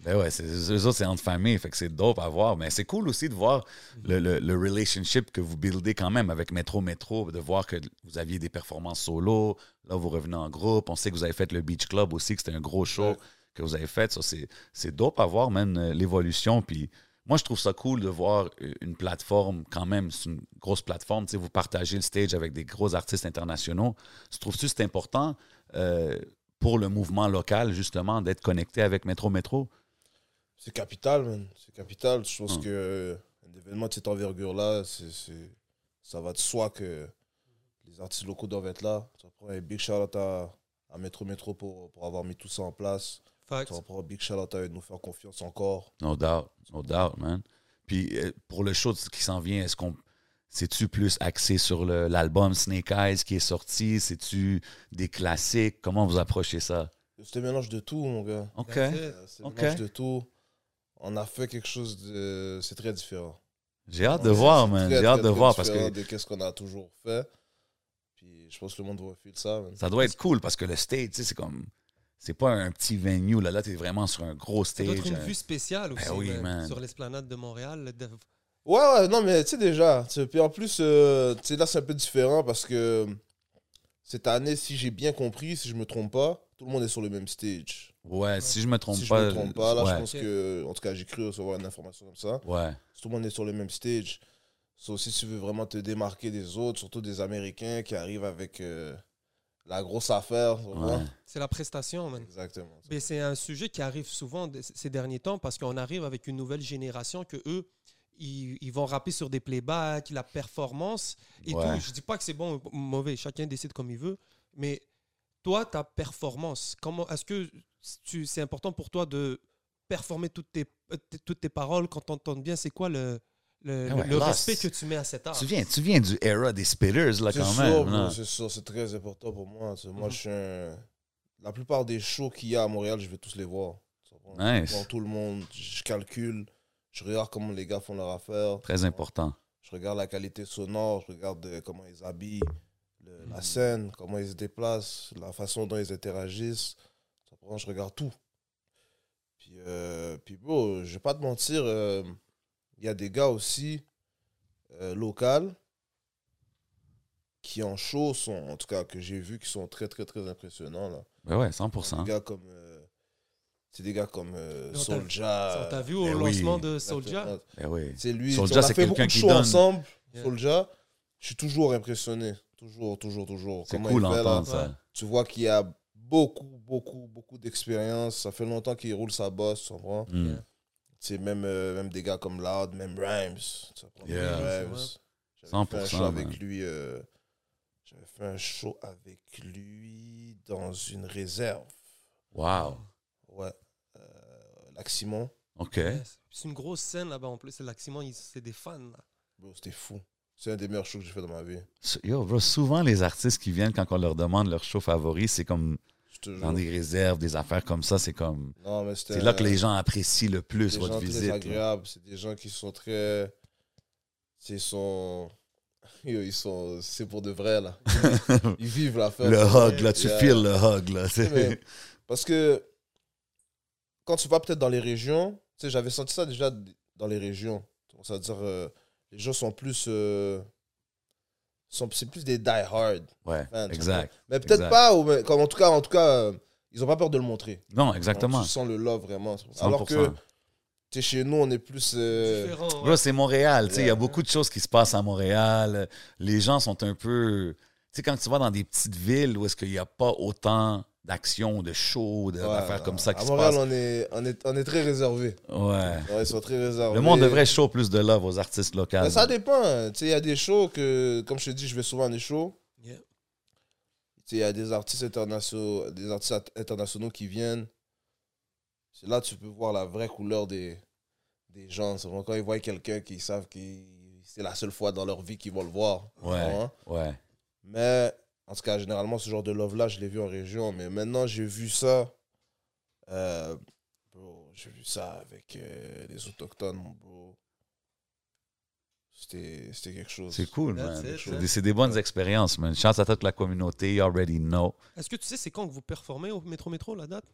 Ben ouais, c'est, eux autres, c'est entre famille, fait que c'est dope à voir. Mais c'est cool aussi de voir le, le- le relationship que vous buildez quand même avec Metro Metro, de voir que vous aviez des performances solo, là vous revenez en groupe. On sait que vous avez fait le Beach Club aussi, que c'était un gros show Ouais. que vous avez fait. Ça, c'est, c'est dope à voir, même l'évolution. Puis moi, je trouve ça cool de voir euh, une plateforme, quand même, c'est une grosse plateforme. Tu sais, vous partagez le stage avec des gros artistes internationaux. Tu trouves-tu que c'est important euh, pour le mouvement local, justement, d'être connecté avec Metro Metro? C'est capital, man. C'est capital. Je pense Hmm. que euh, un événement de cette envergure-là, c'est- c'est- ça va de soi que les artistes locaux doivent être là. Tu vois, un big shout-out à, à Metro Metro pour, pour avoir mis tout ça en place. Fact. Tu comprends, Big Charlotte à nous faire confiance encore. No doubt, no doubt, man. Puis euh, pour le show qui s'en vient, est-ce qu'on C'est-tu plus axé sur le- l'album Snake Eyes qui est sorti? C'est-tu des classiques? Comment vous approchez ça? C'est un mélange de tout, mon gars. OK. That's it. Euh, C'est un Ok. mélange de tout. On a fait quelque chose de. C'est très différent. J'ai hâte de Ouais, voir, c'est man. très, J'ai hâte très, de très voir parce différent que de qu'est-ce qu'on a toujours fait. Puis je pense que le monde va filer ça. man. ça doit être cool parce que le stage, tu sais, c'est comme. C'est pas un petit venue, là. Là, t'es vraiment sur un gros Ça stage. doit être une hein. vue spéciale aussi oui, man, man. sur l'esplanade de Montréal. le dev- Ouais, ouais, non, mais tu sais déjà. tu sais, Puis en plus, euh, tu sais, là, c'est un peu différent parce que cette année, si j'ai bien compris, si je me trompe pas, tout le monde est sur le même stage. Ouais, si je me trompe si pas. je me trompe pas, là, ouais, je pense que. En tout cas, j'ai cru recevoir une information comme ça. Ouais. Tout le monde est sur le même stage. So, si tu veux vraiment te démarquer des autres, surtout des Américains qui arrivent avec euh, la grosse affaire. tu vois. Ouais. C'est la prestation, man. Exactement. Mais Ben, c'est un sujet qui arrive souvent de- ces derniers temps parce qu'on arrive avec une nouvelle génération que eux, ils, ils vont rapper sur des playbacks, la performance et Ouais. tout. Je dis pas que c'est bon ou mauvais, chacun décide comme il veut, mais toi, ta performance, comment est-ce que tu- c'est important pour toi de performer toutes tes, euh, t- toutes tes paroles quand t'entends bien C'est quoi le, le, Ah ouais, le là, respect que c'est- tu mets à cet art Tu, viens, tu viens du era des Spillers, là, C'est quand sûr, même. bro, là. C'est sûr, c'est très important pour moi. tu sais. Moi, Mhm. je suis un- La plupart des shows qu'il y a à Montréal, je vais tous les voir. tu comprends? Je Nice. prends tout le monde, je calcule, je regarde comment les gars font leur affaire. Très important. Je regarde la qualité sonore, je regarde euh, comment ils habillent, le- la scène, comment ils se déplacent, la façon dont ils interagissent. Tu comprends? Je regarde tout. Puis, euh, puis bro, je vais pas te mentir, euh, il y a des gars aussi euh, locaux qui en show sont, en tout cas que j'ai vu, qui sont très très très impressionnants là. Ben ouais, Des 100%. gars comme, euh, c'est des gars comme Non, euh, t'as- Soulja. T'as vu euh, au ben oui. lancement de Soldier Ben oui. C'est lui. Soulja, on a c'est fait beaucoup quelqu'un de qui shows donne. ensemble. Yeah. Soulja, je suis toujours impressionné. Toujours, toujours, toujours. C'est Comment cool il fait, là. d'entendre là. ça. Tu vois qu'il a beaucoup, beaucoup, beaucoup d'expérience. Ça fait longtemps qu'il roule sa bosse, tu comprends? Hmm. C'est même, euh, même des gars comme Loud, même Rhymes. Tu comprends? Même Yeah. Rhymes. J'avais fait un 100%, show avec man. lui. euh, J'avais fait un show avec lui dans une réserve. Wow. Ouais. Euh, Lac Simon. OK. C'est une grosse scène là-bas en plus. C'est Laximon, il- c'est des fans. là. Bro, c'était fou. C'est un des meilleurs shows que j'ai fait dans ma vie. So- Yo, bro, souvent, les artistes qui viennent quand on leur demande leur show favori, c'est comme Je te jure. dans des réserves, des affaires comme ça. C'est comme. Non, mais c'était C'est là que un- les gens apprécient le plus des votre gens très visite. là. agréables. C'est des gens qui sont très. C'est sont. Yo, Ils sont. C'est pour de vrai, là. Ils vivent l'affaire. Le Ouais, hug, là, tu yeah. files le hug, là. tu sais. Mais- Parce que. Quand tu vas peut-être dans les régions, tu sais, j'avais senti ça déjà d- dans les régions. Donc, C'est-à-dire, euh, les gens sont plus. euh, sont- C'est plus des die-hard. Ouais, Fans, tu exact. Mais peut-être Exact. pas, ou mais- comme en tout cas, en tout cas euh, ils ont pas peur de le montrer. Non, Genre, exactement. Tu sens le love vraiment. Alors 100%. que, tu sais, chez nous, on est plus. euh, Différent, ouais. Bro, c'est Montréal. tu sais, Il y a Yeah. beaucoup de choses qui se passent à Montréal. Les gens sont un peu. Tu sais, quand tu vas dans des petites villes où est-ce qu'il n'y a pas autant d'actions, de shows, de- Ouais, d'affaires comme ça qui à se Montréal, passent. on est, on, est, on est très réservé. Ouais. Ouais, ils sont très réservés. Le monde devrait hein. show plus de love aux artistes locaux. Mais ça dépend. hein. Tu sais, il y a des shows que, comme je te dis, je vais souvent à des shows. Yeah. Tu sais, il y a des artistes internationaux, des artistes at- internationaux qui viennent. C'est là que tu peux voir la vraie couleur des, des gens. C'est vraiment quand ils voient quelqu'un qu'ils savent que c'est la seule fois dans leur vie qu'ils vont le voir. Ouais. Hein? Ouais. Mais en tout cas, généralement, ce genre de love-là, je l'ai vu en région. Mais maintenant, j'ai vu ça. euh, bro, j'ai vu ça avec euh, les Autochtones, mon bro. C'était c'était quelque chose. C'est cool, That's man. it, C'est hein. des- C'est des bonnes expériences, man. Chance à toute la communauté, you already know. Est-ce que tu sais c'est quand que vous performez au Métro Métro la date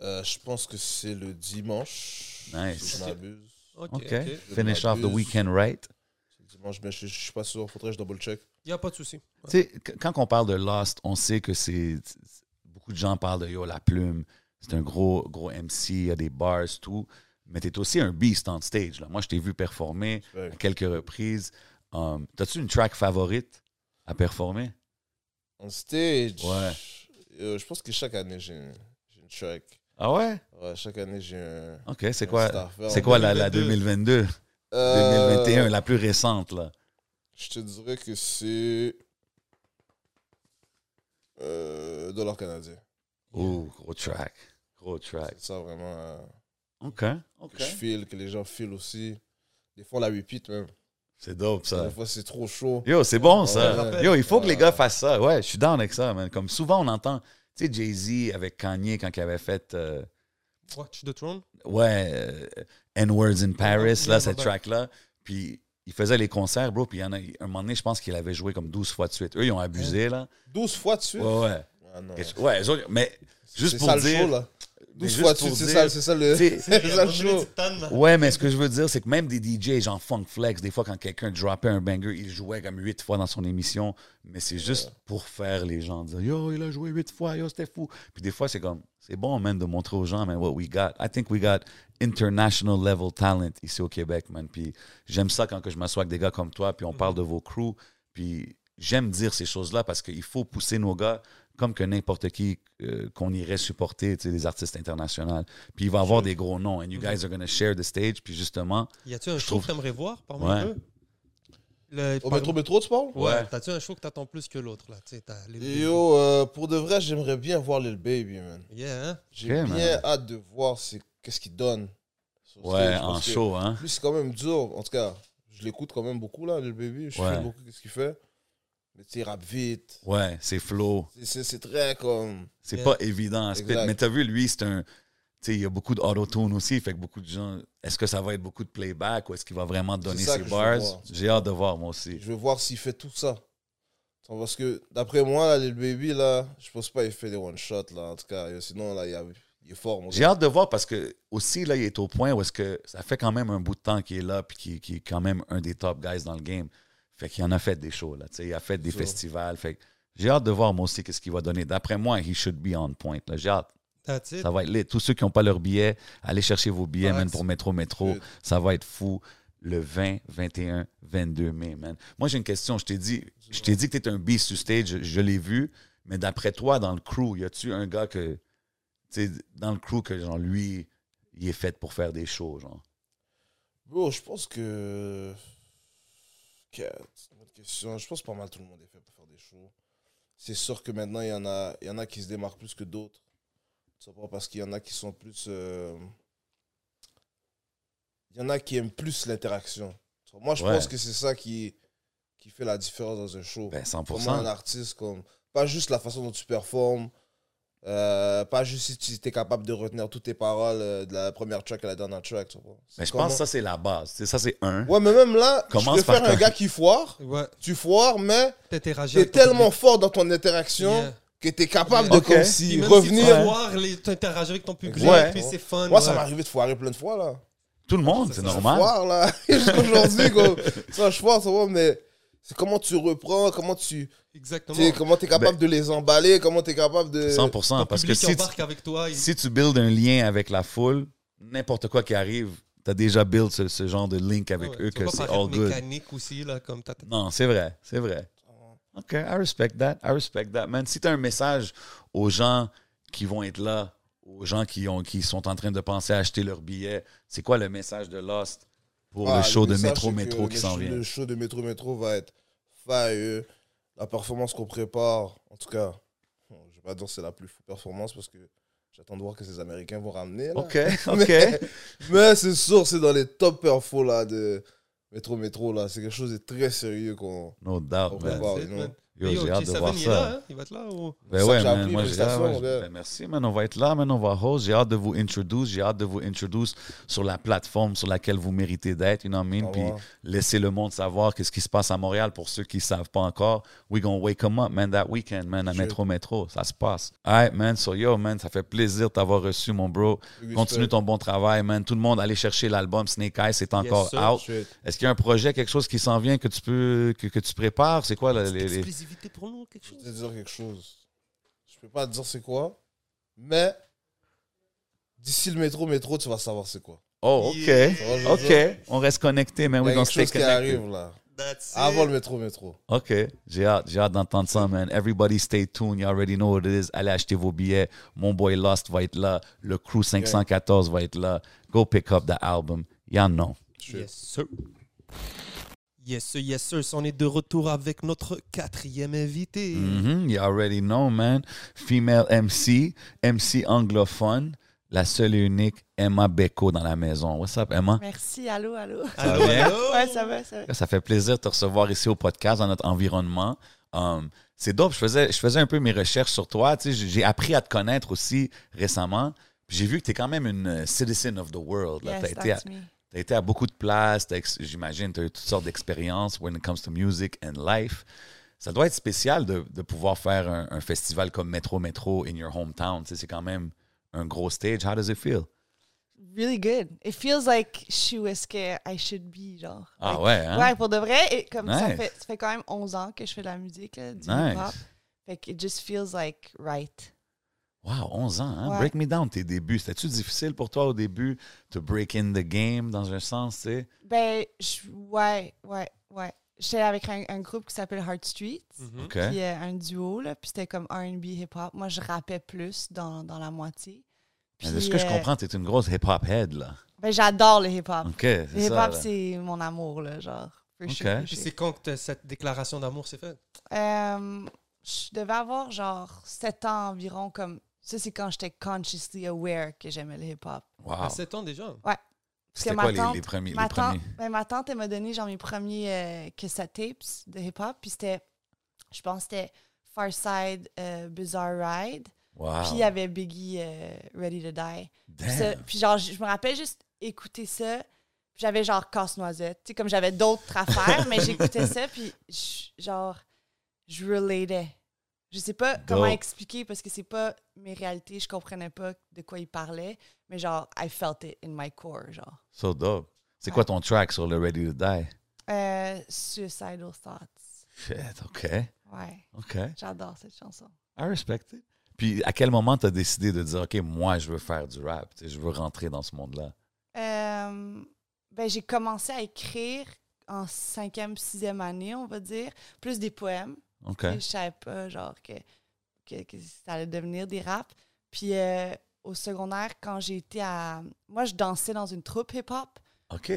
Euh, je pense que c'est le dimanche. Nice. Si je m'abuse. Ok. OK. ok. Finish off the Abuse. weekend right. C'est le dimanche, mais je, je suis pas sûr. Faudrait que je double-check. Il n'y a pas de souci. Ouais. Tu sais, qu- quand on parle de Lost, on sait que c'est. Beaucoup de gens parlent de Yo La Plume. C'est un gros, gros MC, il y a des bars, tout. Mais t'es aussi un beast on stage. Là. Moi, je t'ai vu performer Ouais. à quelques reprises. Um, T'as-tu une track favorite à performer? En stage, Ouais. euh, je pense que chaque année, j'ai une, j'ai une track. Ah ouais? Ouais, chaque année, j'ai un. OK, c'est un quoi, star faire. c'est quoi la, la 2022? 2022? Euh, 2021, la plus récente, là. Je te dirais que c'est. Euh, dollar canadien. Euh, Oh, gros track. Gros track. C'est ça vraiment. euh, OK. OK. Que je file, que les gens filent aussi. Des fois, on la repeat même. C'est dope, ça. Des fois, c'est trop chaud. Yo, c'est bon, Ouais, ça. rappelle. Yo, il faut que les Ouais. gars fassent ça. Ouais, je suis down avec ça, man. Comme souvent, on entend, tu sais, Jay-Z avec Kanye quand il avait fait, euh, Watch the Throne. ouais, euh, N-Words in Paris, Ouais, là, ouais, cette ouais. track-là. Puis il faisait les concerts, bro. Puis il y en a, un moment donné, je pense qu'il avait joué comme 12 fois de suite. Eux, ils ont abusé, là. 12 fois de suite. Ouais, ouais. Ah, non. Quelque- Ouais, eux autres, mais juste C'est pour ça, le dire. show, là. mais 12 juste fois de pour suite, c'est dire- ça, c'est ça le. Tu sais, C'est ça le show. Ouais, mais ce que je veux dire, c'est que même des DJ, genre Funk Flex, des fois, quand quelqu'un droppait un banger, il jouait comme huit fois dans son émission, mais c'est juste pour faire les gens dire Yo, il a joué huit fois, yo, c'était fou. Puis des fois, c'est comme, c'est bon, man, de montrer aux gens, man, what we got. I think we got international level talent ici au Québec, man. Puis j'aime ça quand que je m'assois avec des gars comme toi, puis on parle de vos crews. Puis j'aime dire ces choses-là parce qu'il faut pousser nos gars comme que n'importe qui euh, qu'on irait supporter, tu sais, des artistes internationaux. Puis il va y avoir des gros noms. And Mhm. you guys are going to share the stage. Puis justement, Y a-tu un Je show trouve- que t'aimerais voir parmi Ouais. eux Le- Au par- métro, métro, tu parles Ouais. T'as-tu un show que t'attends plus que l'autre là Tu sais, t'as les deux. Yo, euh, pour de vrai, j'aimerais bien voir Lil Baby, man. Yeah, hein? J'ai Ok, bien man. hâte de voir c'est- qu'est-ce qu'il donne. sur ouais, stage, en parce que show, hein. Lui, c'est quand même dur. En tout cas, je l'écoute quand même beaucoup, là, Lil Baby. Je Ouais. sais beaucoup ce qu'il fait. Mais tu sais, il rappe vite. Ouais, c'est flow. C'est- C'est c'est très comme. C'est Yeah. pas évident à spit. Exact. Mais t'as vu, lui, c'est un. Tu sais, il y a beaucoup d'autotune aussi. Fait que beaucoup de gens. Est-ce que ça va être beaucoup de playback ou est-ce qu'il va vraiment donner ça ses que je veux bars? voir. J'ai hâte de voir, moi aussi. Je veux voir s'il fait tout ça. Attends, Parce que d'après moi, là, Lil Baby, là, je pense pas qu'il fait des one-shots, là. En tout cas, sinon, là, il, y a- il est fort, mon J'ai gars. hâte de voir parce que aussi là, il est au point où est-ce que ça fait quand même un bout de temps qu'il est là puis qu'il qu'il est quand même un des top guys dans le game. Fait qu'il en a fait des shows là, tu sais, il a fait des Sure. festivals. Fait que j'ai hâte de voir moi aussi qu'est-ce qu'il va donner. D'après moi, he should be on point. là. J'ai hâte. That's it. Ça va être lit. Tous ceux qui n'ont pas leur billet, allez chercher vos billets, man, Facts. pour Métro Métro. Good. Ça va être fou. Le 20, 21, 22 mai, man. Moi, j'ai une question. Je t'ai dit, je t'ai dit que t'es un beast sur stage. Je, je l'ai vu. Mais d'après toi, dans le crew, y a-tu un gars que, tu sais, dans le crew que, genre, lui, il est fait pour faire des shows, genre? Bro, je pense que. Ok, c'est une bonne question. Je pense pas mal tout le monde est fait pour faire des shows. C'est sûr que maintenant, il y, en a, il y en a qui se démarquent plus que d'autres. Tout simplement parce qu'il y en a qui sont plus. euh, Il y en a qui aiment plus l'interaction. Moi, je Ouais. pense que c'est ça qui, qui fait la différence dans un show. Ben, 100 Comment un artiste, comme, pas juste la façon dont tu performes, euh, pas juste si tu es capable de retenir toutes tes paroles euh, de la première track à la dernière track. tu vois. Ben, je Comment- pense que ça, c'est la base. Tu sais, ça, c'est un. Ouais, mais même là, Commence je par préfère un quand- gars qui foire. Ouais, Tu foires, mais t'interagis. t'es avec ton tellement public. fort dans ton interaction Yeah. que t'es capable Yeah. de comme Ok. si Puis même Si tu revenir. vas voir, les- t'interagis avec ton public, Ouais. puis c'est fun. Moi, ça ouais. m'est arrivé de foirer plein de fois, là. Tout le monde, c'est C'est normal. Foire, là. Jusqu'aujourd'hui, quoi. Ça, je foire, ça va, mais c'est comment tu reprends, comment tu. Exactement. T'es, comment Ben, t'es capable de les emballer, comment t'es capable de. 100 Ton Parce que public si tu- embarque avec toi. il- si tu builds un lien avec la foule, n'importe quoi qui arrive, tu as déjà build ce, ce genre de link avec Ouais, eux tu vas que pas c'est paraître all good. mécanique aussi, là, comme t'as- Non, c'est vrai, c'est vrai. OK, I respect that, I respect that. Man, si tu as un message aux gens qui vont être là, aux gens qui, ont, qui sont en train de penser à acheter leur billet, c'est quoi le message de Lost pour Ah, le show de message, Métro c'est que Métro qui le s'en show- vient? Le show de Métro Métro va être failleux. La performance qu'on prépare, en tout cas, bon, je vais pas dire que c'est la plus fou performance parce que j'attends de voir que ces Américains vont ramener. là. OK, OK. Mais, mais c'est sûr, c'est dans les top perfos là de Métro Métro là. C'est quelque chose de très sérieux qu'on. No doubt, man. qu'on prépare, C'est you it, know. man. Yo, Yo, j'ai hâte de J7, voir il est ça. là, hein? Il va être là ou... Ben C'est ça ouais, que j'ai man, appris, moi, j'ai hâte, félicitations, ouais, mon gars. ben merci, man. On va être là, man. On va host. J'ai hâte de vous introduce. J'ai hâte de vous introduce sur la plateforme sur laquelle vous méritez d'être, you know what I mean? Au Puis revoir. laisser le monde savoir qu'est-ce qui se passe à Montréal pour ceux qui ne savent pas encore. We gonna wake 'em up, man, that weekend, man, à Sure. Métro Métro. Ça se passe. All right, man. So, yo, man, ça fait plaisir de t'avoir reçu, mon bro. Respect. Continue ton bon travail, man. Tout le monde, allez chercher l'album Snake Eyes. C'est encore sir. out. Shit. Est-ce qu'il y a un projet, quelque chose qui s'en vient que tu peux, que, que tu prépares? C'est quoi la- les- Exclusivité les- pour nous, quelque Je chose vais te dire quelque chose. Je peux pas te dire c'est quoi, mais d'ici le métro métro, tu vas savoir c'est quoi. Oh, OK. Ça va, je veux OK, dire? on reste connecté, man. Il We y gonna a Ben, stay quelque chose qui connected. arrive là. That's it. Avant le métro métro. OK, j'ai hâte, j'ai hâte d'entendre ça, man. Everybody stay tuned, you already know what it is. Allez acheter vos billets. Mon boy Lost va être là. Le Crew 514 va être là. Go pick up the album. Y'all know. Yes, sir. Yes, sir, yes, sir. On est de retour avec notre quatrième invité. Mm, Mm-hmm. Mhm, You already know, man. Female MC, MC anglophone. la seule et unique Emma Becco dans la maison. What's up, Emma? Merci, allô, allô. Ça va bien? Oh. Ouais, ça va, ça va. Ça fait plaisir de te recevoir ici au podcast, dans notre environnement. Um, c'est dope. Je faisais, je faisais un peu mes recherches sur toi. Tu sais, j'ai j'ai appris à te connaître aussi récemment. Puis j'ai vu que tu es quand même une euh, citizen of the world. là. Yes, T'as été à- that's me. T'as été à beaucoup de places, t'as ex- j'imagine, tu as eu toutes sortes d'expériences when it comes to music and life. Ça doit être spécial de, de pouvoir faire un, un festival comme Metro Metro in your hometown. Tu sais, C'est quand même un gros stage. How does it feel? Really good. It feels like je suis où est-ce que I should be, genre. Ah Like, ouais, hein? Ouais, pour de vrai, et comme ça, Nice. fait, ça fait quand même 11 ans que je fais de la musique, là, du hip-hop. Nice. Fait que it just feels like right. Wow, 11 ans. Hein? Ouais. Break me down, tes débuts. C'était-tu difficile pour toi au début to break in the game dans un sens? tu sais? Ben, je- ouais, ouais, ouais. J'étais avec un, un groupe qui s'appelle Heart Street, Mhm. Mm. OK. puis euh, un duo, là, puis c'était comme R&B hip-hop. Moi, je rappais plus dans, dans la moitié. Mais Puis, de ce que je euh, comprends, tu es une grosse hip-hop head. là. Ben, j'adore le hip-hop. OK, c'est Le ça. là. hip-hop, c'est mon amour, là, genre. for Ok. sure, for Puis sure. c'est quand que t'as- cette déclaration d'amour s'est faite? Euh, je devais avoir genre 7 ans environ, comme ça, c'est quand j'étais consciously aware que j'aimais le hip-hop. À Wow. 7 ans déjà. C'était ma quoi les, tante- les premiers? Les Ma tante, premiers? ben, ma tante, elle m'a donné genre mes premiers euh, cassette tapes de hip-hop, puis c'était, je pense, que c'était Far Side euh, Bizarre Ride, Wow. puis il y avait Biggie euh, Ready to Die. Puis Damn. ça- Puis genre, je je me rappelle juste écouter ça. puis J'avais genre casse-noisette. Tu sais, comme j'avais d'autres affaires, mais j'écoutais ça, puis je- genre, je relatais. Je sais pas comment Dope. expliquer parce que c'est pas mes réalités, je comprenais pas de quoi il parlait, mais genre, I felt it in my core, genre. So dope. C'est quoi ton track sur le Ready to Die? Euh, suicidal Thoughts. Shit, OK. Ouais, OK. j'adore cette chanson. I respect it. Puis à quel moment t'as décidé de dire, OK, moi, je veux faire du rap. tu sais, Je veux rentrer dans ce monde-là. Euh, ben, j'ai commencé à écrire en cinquième, sixième année, on va dire, plus des poèmes. OK. Et Je savais pas, genre, que, que, que ça allait devenir des raps. Puis euh, au secondaire, quand j'ai été à. Moi, je dansais dans une troupe hip-hop, OK.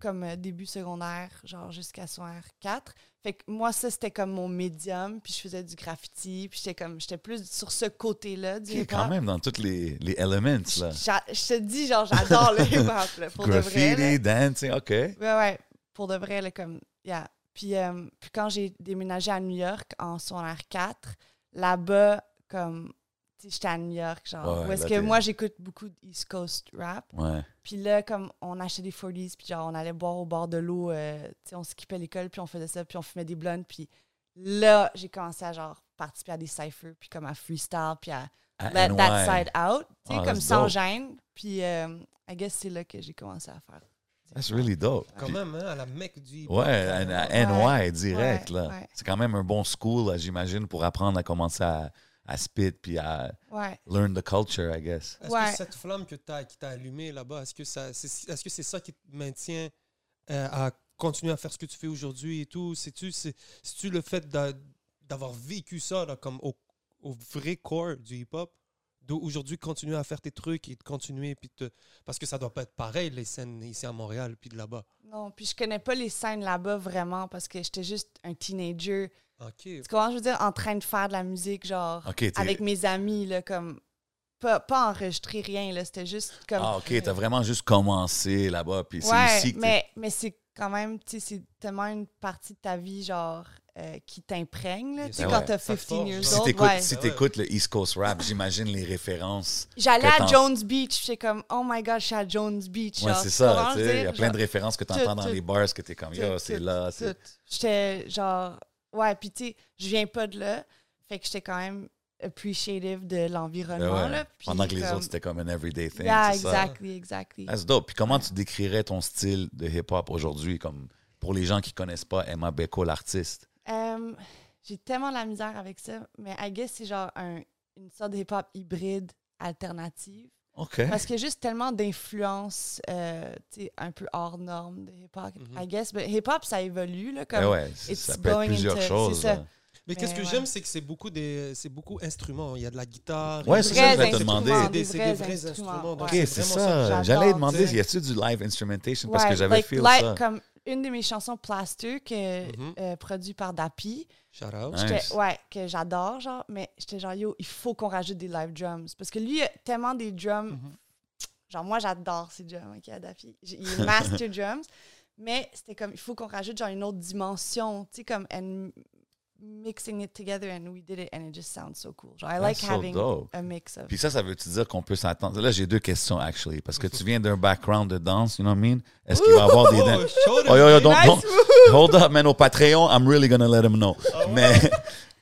comme euh, début secondaire, genre jusqu'à soir 4. Fait que moi, ça, c'était comme mon médium. Puis je faisais du graffiti. Puis j'étais comme. J'étais plus sur ce côté-là du OK, hip-hop. quand même dans tous les, les elements, là. J'a- Je te dis, genre, j'adore le hip-hop, là, pour de vrai. là. Graffiti, dancing, OK. Ouais, ouais. Pour de vrai, là, comme. Yeah. Puis, euh, puis quand j'ai déménagé à New York en secondaire 4, là-bas, comme. Tu sais, j'étais à New York, genre. Ouais, où est-ce là, que t'es- moi, j'écoute beaucoup d'East Coast rap. Ouais. Puis là, comme, on achetait des 40s, puis genre, on allait boire au bord de l'eau. euh, tu sais, on skippait l'école, puis on faisait ça, puis on fumait des blondes. Puis là, j'ai commencé à, genre, participer à des cyphers, puis comme à freestyle, puis à À let that NY. side out. Tu sais, Ah, comme that's sans dope. gêne. Puis, euh, I guess c'est là que j'ai commencé à faire. That's really dope. Quand Puis- même, hein, à la mecque du hip-hop. Ouais, à, à NY direct, ouais, là. ouais. C'est quand même un bon school, là, j'imagine, pour apprendre à commencer à, à spit puis à Ouais. learn the culture, I guess. Est-ce Ouais. que cette flamme que t'as- qui t'a allumée là-bas, est-ce que ça, c'est, est-ce que c'est ça qui te maintient euh, à continuer à faire ce que tu fais aujourd'hui et tout? C'est-tu, c'est, tu le fait d'a- d'avoir vécu ça là, comme au, au vrai corps du hip-hop? D'aujourd'hui, continuer à faire tes trucs et de continuer. Puis te- Parce que ça doit pas être pareil, les scènes ici à Montréal puis de là-bas. Non, puis je connais pas les scènes là-bas vraiment parce que j'étais juste un teenager. OK. Tu comprends, je veux dire, en train de faire de la musique, genre, Ah, OK, t'es- avec mes amis, là, comme, pas, pas enregistrer rien, là, c'était juste comme. Ah, OK, t'as vraiment juste commencé là-bas, puis c'est ouais, ici que t'es- mais, mais c'est quand même, tu sais, c'est tellement une partie de ta vie, genre, euh, qui t'imprègne, là. Bien Tu sais, sûr. quand Ouais. t'as Ça te 15 years forge. Si old, t'écoutes ouais. si t'écoutes le East Coast rap, j'imagine les références. J'allais que à t'en- Jones Beach, j'étais comme, oh my god, je suis à Jones Beach. Ouais, genre, c'est tu ça. comprends, tu je veux sais, Il y a dire, plein de genre- références que t'entends dans tout, les bars que t'es comme, tout, yo, c'est tout, là. c'est- tout. J'étais genre, ouais, puis tu sais, je viens pas de là. Fait que j'étais quand même appreciative de Ben l'environnement. ouais. là, puis Pendant que les comme- autres, c'était comme un everyday thing. Yeah, c'est ça. exactly, exactly. That's dope. Puis comment tu décrirais ton style de hip-hop aujourd'hui, comme pour les gens qui connaissent pas Emma Beko, l'artiste? Euh, J'ai tellement de la misère avec ça, mais I guess c'est genre un- une sorte de hip-hop hybride alternative. OK. Parce qu'il y a juste tellement d'influences euh, tu sais, un peu hors norme de hip-hop. Mhm. I guess, but hip-hop, ça évolue, là, comme... Ben ouais, c- it's ça peut être blowing plusieurs into- c'est choses. hein. ça. là. Mais qu'est-ce que Mais ouais. j'aime, c'est que c'est beaucoup des, c'est beaucoup instruments. Il y a de la guitare. il y Ouais, a c'est des- ça que je voulais c'est te demander. C'est des, Des c'est vrais des vrais instruments, instruments. donc ouais. OK, c'est c'est vraiment ça. j'adore, J'allais demander, tu sais. y a-tu du live instrumentation? Parce Ouais, que j'avais like- feel like, ça. comme une de mes chansons, Plaster, que, Mhm. euh, produit par Dapi. Shout out. Nice. J'étais- Eh, Ouais, que Mhm. j'adore, genre, mais j'étais genre, yo, il faut qu'on rajoute des live drums. Parce que lui, il y a tellement des drums Genre, moi, j'adore ces drums, OK, Adafi. J'ai- Il est master drums. Mais c'était comme, il faut qu'on rajoute genre une autre dimension, tu sais, comme, and mixing it together, and we did it, and it just sounds so cool. Genre, I like That's so having dope. a mix of. Puis ça, ça veut-tu dire qu'on peut s'attendre? Là, j'ai deux questions, actually, parce que tu viens d'un background de danse, you know what I mean? Est-ce qu'il va avoir des danses? Oh, yo, yo, don't, don't- hold up, man, au Patreon, I'm really gonna let him know. Oh. mais,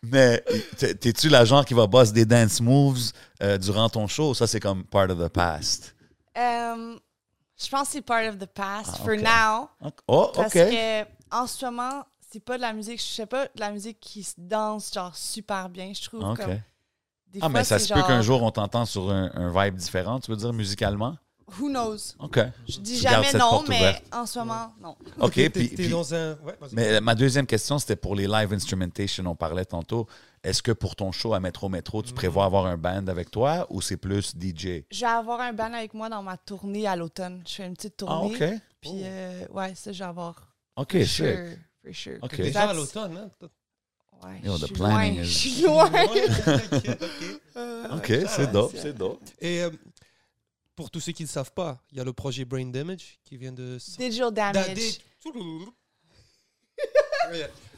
mais t'es- t'es-tu la genre qui va boss des dance moves euh, durant ton show? Ça, c'est comme part of the past. Um, je pense que c'est part of the past Ah, for ok. now. Oh, Parce OK. que en ce moment, c'est pas de la musique, je sais pas, de la musique qui se danse genre super bien, je trouve. Ah, OK. Comme, des Ah, fois, mais ça c'est se peut qu'un genre, jour, on t'entend sur un, un vibe différent, tu veux dire, musicalement? Who knows? OK. Je dis Je garde jamais cette non, porte mais ouverte. en ce moment, non. OK, T'es- puis- t'es puis- dans un. ouais, vas-y. Mais euh, ma deuxième question, c'était pour les live instrumentation, on parlait tantôt. Est-ce que pour ton show à Métro Métro, Mm-hmm. tu prévois avoir un band avec toi ou c'est plus DJ? Je vais avoir un band avec moi dans ma tournée à l'automne. Je fais une petite tournée. Ah, OK. Oh, Puis, euh, ouais, ça, je vais avoir. OK, for sure. sick. For sure. OK. T'es déjà à l'automne, hein? T'as- Ouais, Yo, the je suis planning loin, is- Je suis loin. Euh, Ouais, ok, ok. OK, c'est dope, c'est dope. Et euh, pour tous ceux qui ne savent pas, il y a le projet Brain Damage qui vient de. sortir. Digital Da- damage. des-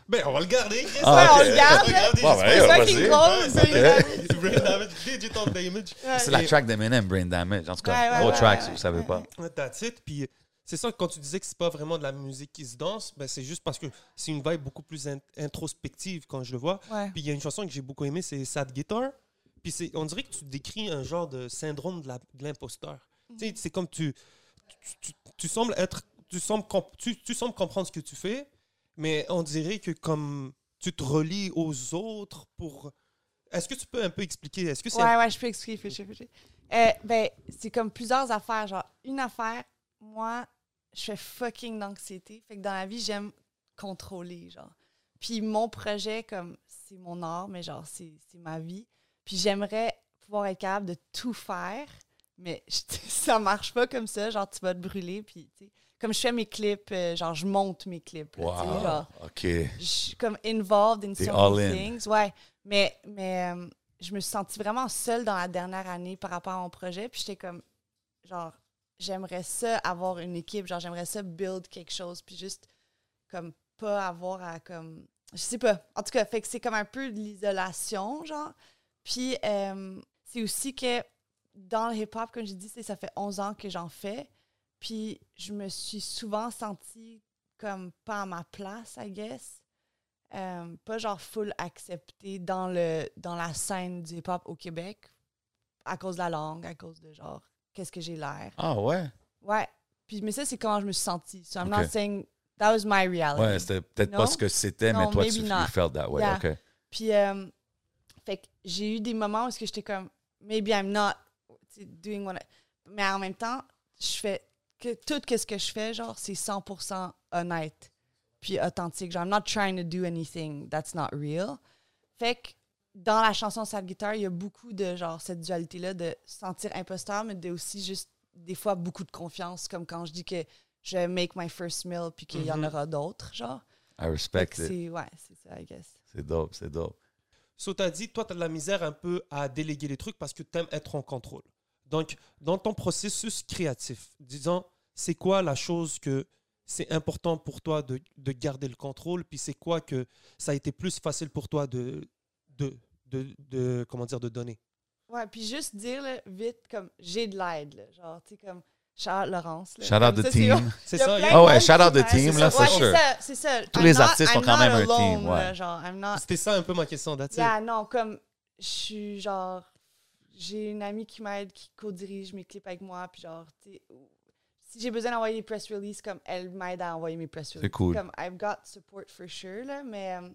Ben, on va le garder. Chris. Ah, Ouais, ok. on le garde. là. Bon, ben, C'est vas-y. fucking gros, ça, les gars. Brain Damage, Digital Damage. Ouais. C'est la track d'Eminem, Brain Damage. En tout Ouais, cas, ouais, gros ouais, track, ouais, si vous savez ouais. pas. That's it. Puis c'est ça, quand tu disais que c'est pas vraiment de la musique qui se danse, ben, c'est juste parce que c'est une vibe beaucoup plus in- introspective quand je le vois. Ouais. Puis il y a une chanson que j'ai beaucoup aimée, c'est Sad Guitar. Puis c'est, on dirait que tu décris un genre de syndrome de, la- de l'imposteur. Tu sais, c'est comme tu, tu, tu- tu sembles être, tu sembles, comp- tu, tu sembles comprendre ce que tu fais, mais on dirait que comme tu te relis aux autres pour. Est-ce que tu peux un peu expliquer Est-ce que c'est Ouais, ouais, je peux expliquer, je peux, je peux, je peux. Euh, ben, c'est comme plusieurs affaires. Genre, une affaire, moi, je fais fucking d'anxiété. Fait que dans la vie, j'aime contrôler, genre. Puis mon projet, comme, c'est mon art, mais genre, c'est c'est ma vie. Puis j'aimerais pouvoir être capable de tout faire, mais je- ça marche pas comme ça. Genre, tu vas te brûler, puis, tu sais. Comme je fais mes clips, euh, genre, je monte mes clips, là, tu sais, genre Wow. OK. je suis comme involved in T'es so all many in. things. Ouais. Mais, mais euh, je me suis sentie vraiment seule dans la dernière année par rapport à mon projet. Puis j'étais comme, genre, j'aimerais ça avoir une équipe. Genre, j'aimerais ça build quelque chose. Puis juste, comme, pas avoir à, comme, je sais pas. En tout cas, fait que c'est comme un peu de l'isolation, genre. Puis euh, c'est aussi que dans le hip-hop, comme j'ai dit, c'est- ça fait 11 ans que j'en fais. Puis je me suis souvent sentie comme pas à ma place, I guess. Euh, pas genre full acceptée dans, le, dans la scène du hip-hop au Québec à cause de la langue, à cause de genre qu'est-ce que j'ai l'air. Ah ouais? Ouais. Puis, mais ça, c'est comment je me suis sentie. So I'm Ok. not saying that was my reality. Ouais, c'était peut-être Non. pas ce que c'était, mais Non, toi, maybe tu not. you felt that way. Yeah. OK. Puis, euh, fait que j'ai eu des moments où est-ce que j'étais comme, maybe I'm not tu sais, doing what I... Mais en même temps, je fais que tout ce que je fais, genre, c'est 100% honnête puis authentique. Genre, I'm not trying to do anything that's not real. Fait que dans la chanson Sad Guitar, il y a beaucoup de genre cette dualité-là de se sentir imposteur, mais de aussi juste des fois beaucoup de confiance, comme quand je dis que je vais make my first meal puis qu'il y en Mhm. aura d'autres, genre. I Mm-hmm. Fait respect que it. c'est, ouais, c'est ça, I guess. C'est dope, c'est dope. So, t'as dit, toi, tu as de la misère un peu à déléguer les trucs parce que tu aimes être en contrôle. Donc, dans ton processus créatif, disons, c'est quoi la chose que c'est important pour toi de, de garder le contrôle, puis c'est quoi que ça a été plus facile pour toi de, de, de, de- comment dire, de donner Ouais, puis juste dire là, vite, comme j'ai de l'aide, là, genre, tu sais, comme Charles Laurence. là. Shout out Comme the ça, c'est- team. C'est Il y ça, a plein yeah. de Ah ouais, monde shout out qui the fait- team, c'est là, ça. for Ouais, sure. c'est ça, c'est ça. Tous I'm les not- artistes ont I'm quand not même un team, alone, là, ouais. genre, I'm not. C'était ça un peu ma question, that's it. Yeah, non, comme je suis genre. J'ai une amie qui m'aide, qui co-dirige mes clips avec moi, puis genre, tu sais, si j'ai besoin d'envoyer des press releases, comme elle m'aide à envoyer mes press releases. cool. Comme I've got support for sure, là, mais, euh,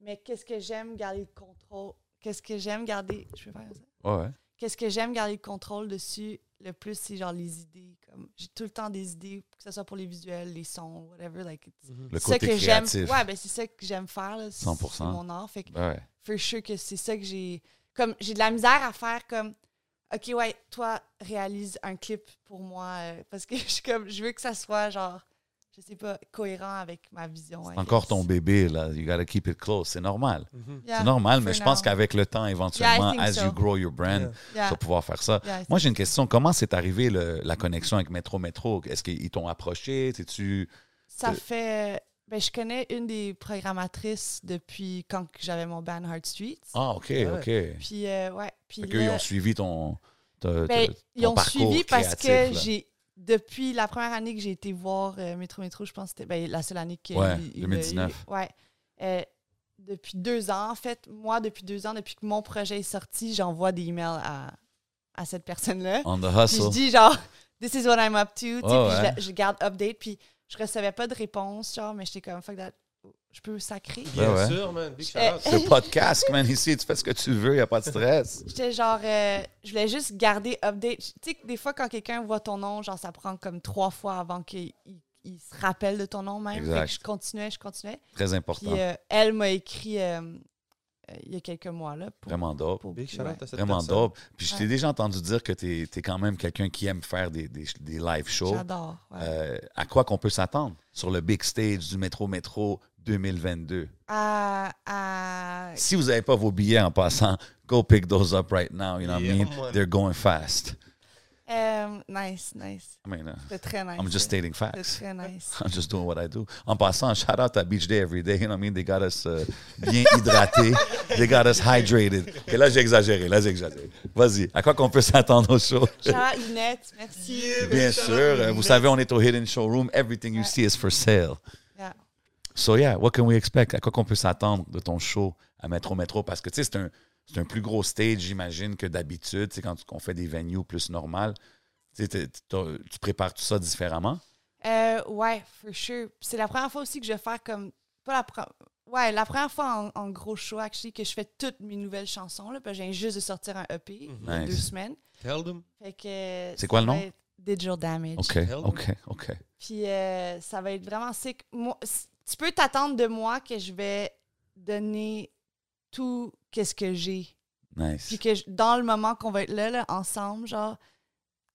mais qu'est-ce que j'aime garder le contrôle? Qu'est-ce que j'aime garder. Je peux faire ça? Ouais. qu'est-ce que j'aime garder le contrôle dessus le plus, c'est genre les idées. Comme j'ai tout le temps des idées, que ce soit pour les visuels, les sons, whatever. Like, it's- Le c'est ça côté que j'aime. créatif. Ouais, ben c'est ça que j'aime faire. Là, C'est- 100%. C'est mon art. Fait que Ouais. for sure que c'est ça que j'ai. Comme j'ai de la misère à faire comme. Ok, ouais, toi, réalise un clip pour moi. euh, parce que je suis comme je veux que ça soit genre je sais pas, cohérent avec ma vision. I C'est encore guess. ton bébé, là. You gotta keep it close. C'est normal. Mhm. Yeah, C'est normal, for mais je now. pense qu'avec le temps, éventuellement, think as so. you grow your brand, Yeah. Yeah, tu vas pouvoir faire ça. yeah, I Moi, think j'ai une question. Comment c'est arrivé le- la connexion avec Métro Métro? Est-ce qu'ils t'ont approché? tu Ça Euh, fait. Ben, je connais une des programmatrices depuis quand que j'avais mon band Heart Street. Ah, OK, OK. Puis, euh, ouais. Puis Fait qu'eux, ils là, ont suivi ton, ta- ben, ta- ils ton ont parcours suivi parce que créatif, là. j'ai. Depuis la première année que j'ai été voir euh, Métro Métro, je pense que c'était ben, la seule année que. Ouais, il- il 2019. l'a eu. Ouais. Euh, depuis deux ans, en fait, moi, depuis deux ans, depuis que mon projet est sorti, j'envoie des emails à, à cette personne-là. On the Puis je hustle. dis genre, this is what I'm up to. tu sais, puis Ouais, je ouais. la- je, garde update. Puis je recevais pas de réponse, genre, mais j'étais comme, fuck that. Je peux sacrer. Bien ouais. sûr, man. Big Eh, shout-out. C'est le podcast, man. Ici, tu fais ce que tu veux, il n'y a pas de stress. J'étais genre, euh, je voulais juste garder update. Tu sais, que des fois, quand quelqu'un voit ton nom, genre, ça prend comme trois fois avant qu'il il- il se rappelle de ton nom même. Fait Exact. que je continuais, je continuais. Très Puis important. euh, elle m'a écrit euh, euh, il y a quelques mois, là. Pour, Vraiment dope. pour- Big shout-out ouais. à cette Vraiment personne. dope. Puis je t'ai Ouais. déjà entendu dire que tu es, quand même quelqu'un qui aime faire des, des, des live shows. J'adore. ouais. Euh, à quoi qu'on peut s'attendre sur le big stage du Métro Métro 2022? À- à Si vous n'avez pas vos billets en passant, go pick those up right now. You know what I Yeah, oh, mean? man. They're going fast. Euh, nice, nice. I mean, uh, C'est très nice. I'm just ça. stating facts. C'est très nice. I'm just doing what I do. En passant, shout out à Beach Day Every Day. You know what I mean? They got us euh, bien hydratés. They got us hydrated. Et là, j'ai exagéré. Là, j'ai exagéré. Vas-y. À quoi qu'on peut s'attendre au show? Charles, Lunette, merci. Bien sûr. euh, Vous savez, on est au Hidden Showroom. Everything you Ouais. see is for sale. Yeah. So yeah, what can we expect? À quoi qu'on peut s'attendre de ton show à Metro Metro? Parce que tu sais, c'est un, c'est un plus gros stage, j'imagine, que d'habitude, tu sais, quand on fait des venues plus normales. Tu sais, t'es- t'as- tu prépares tout ça différemment. Euh, ouais, for sure. Puis C'est la première fois aussi que je vais faire comme. Pas la pre- Ouais, la première fois en, en gros show, actually, que je fais toutes mes nouvelles chansons. Là, parce que j'ai juste de sortir un EP il y a Mhm. Nice. deux semaines. Tell them. Fait que. C'est quoi ça le va nom? être Digital Damage. OK, OK, OK. Puis euh, ça va être vraiment sick. Moi, s- tu peux t'attendre de moi que je vais donner tout qu'est-ce que j'ai Nice. Puis que je- dans le moment qu'on va être là, là, ensemble, genre,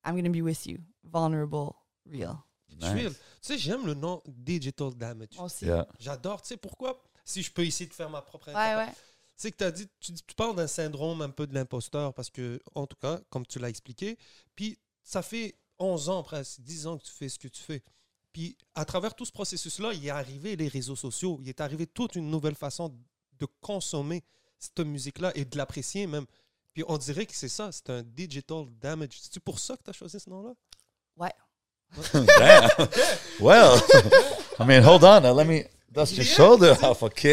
I'm gonna be with you. Vulnerable, real. Suivre. nice. Tu sais, j'aime le nom Digital Damage. Moi aussi. Yeah. J'adore. Tu sais pourquoi? Si je peux essayer de faire ma propre Ouais, ouais. Tu sais que t'as dit, tu, dis- tu parles d'un syndrome un peu de l'imposteur parce que, en tout cas, comme tu l'as expliqué, puis ça fait 11 ans, presque 10 ans que tu fais ce que tu fais. Puis à travers tout ce processus-là, il est arrivé les réseaux sociaux, il est arrivé toute une nouvelle façon de consommer cette musique-là et de l'apprécier même. Puis on dirait que c'est ça, c'est un digital damage. C'est pour ça que tu as choisi ce nom-là? Damn. Well, I mean, hold on. Let me dust your shoulder off, OK?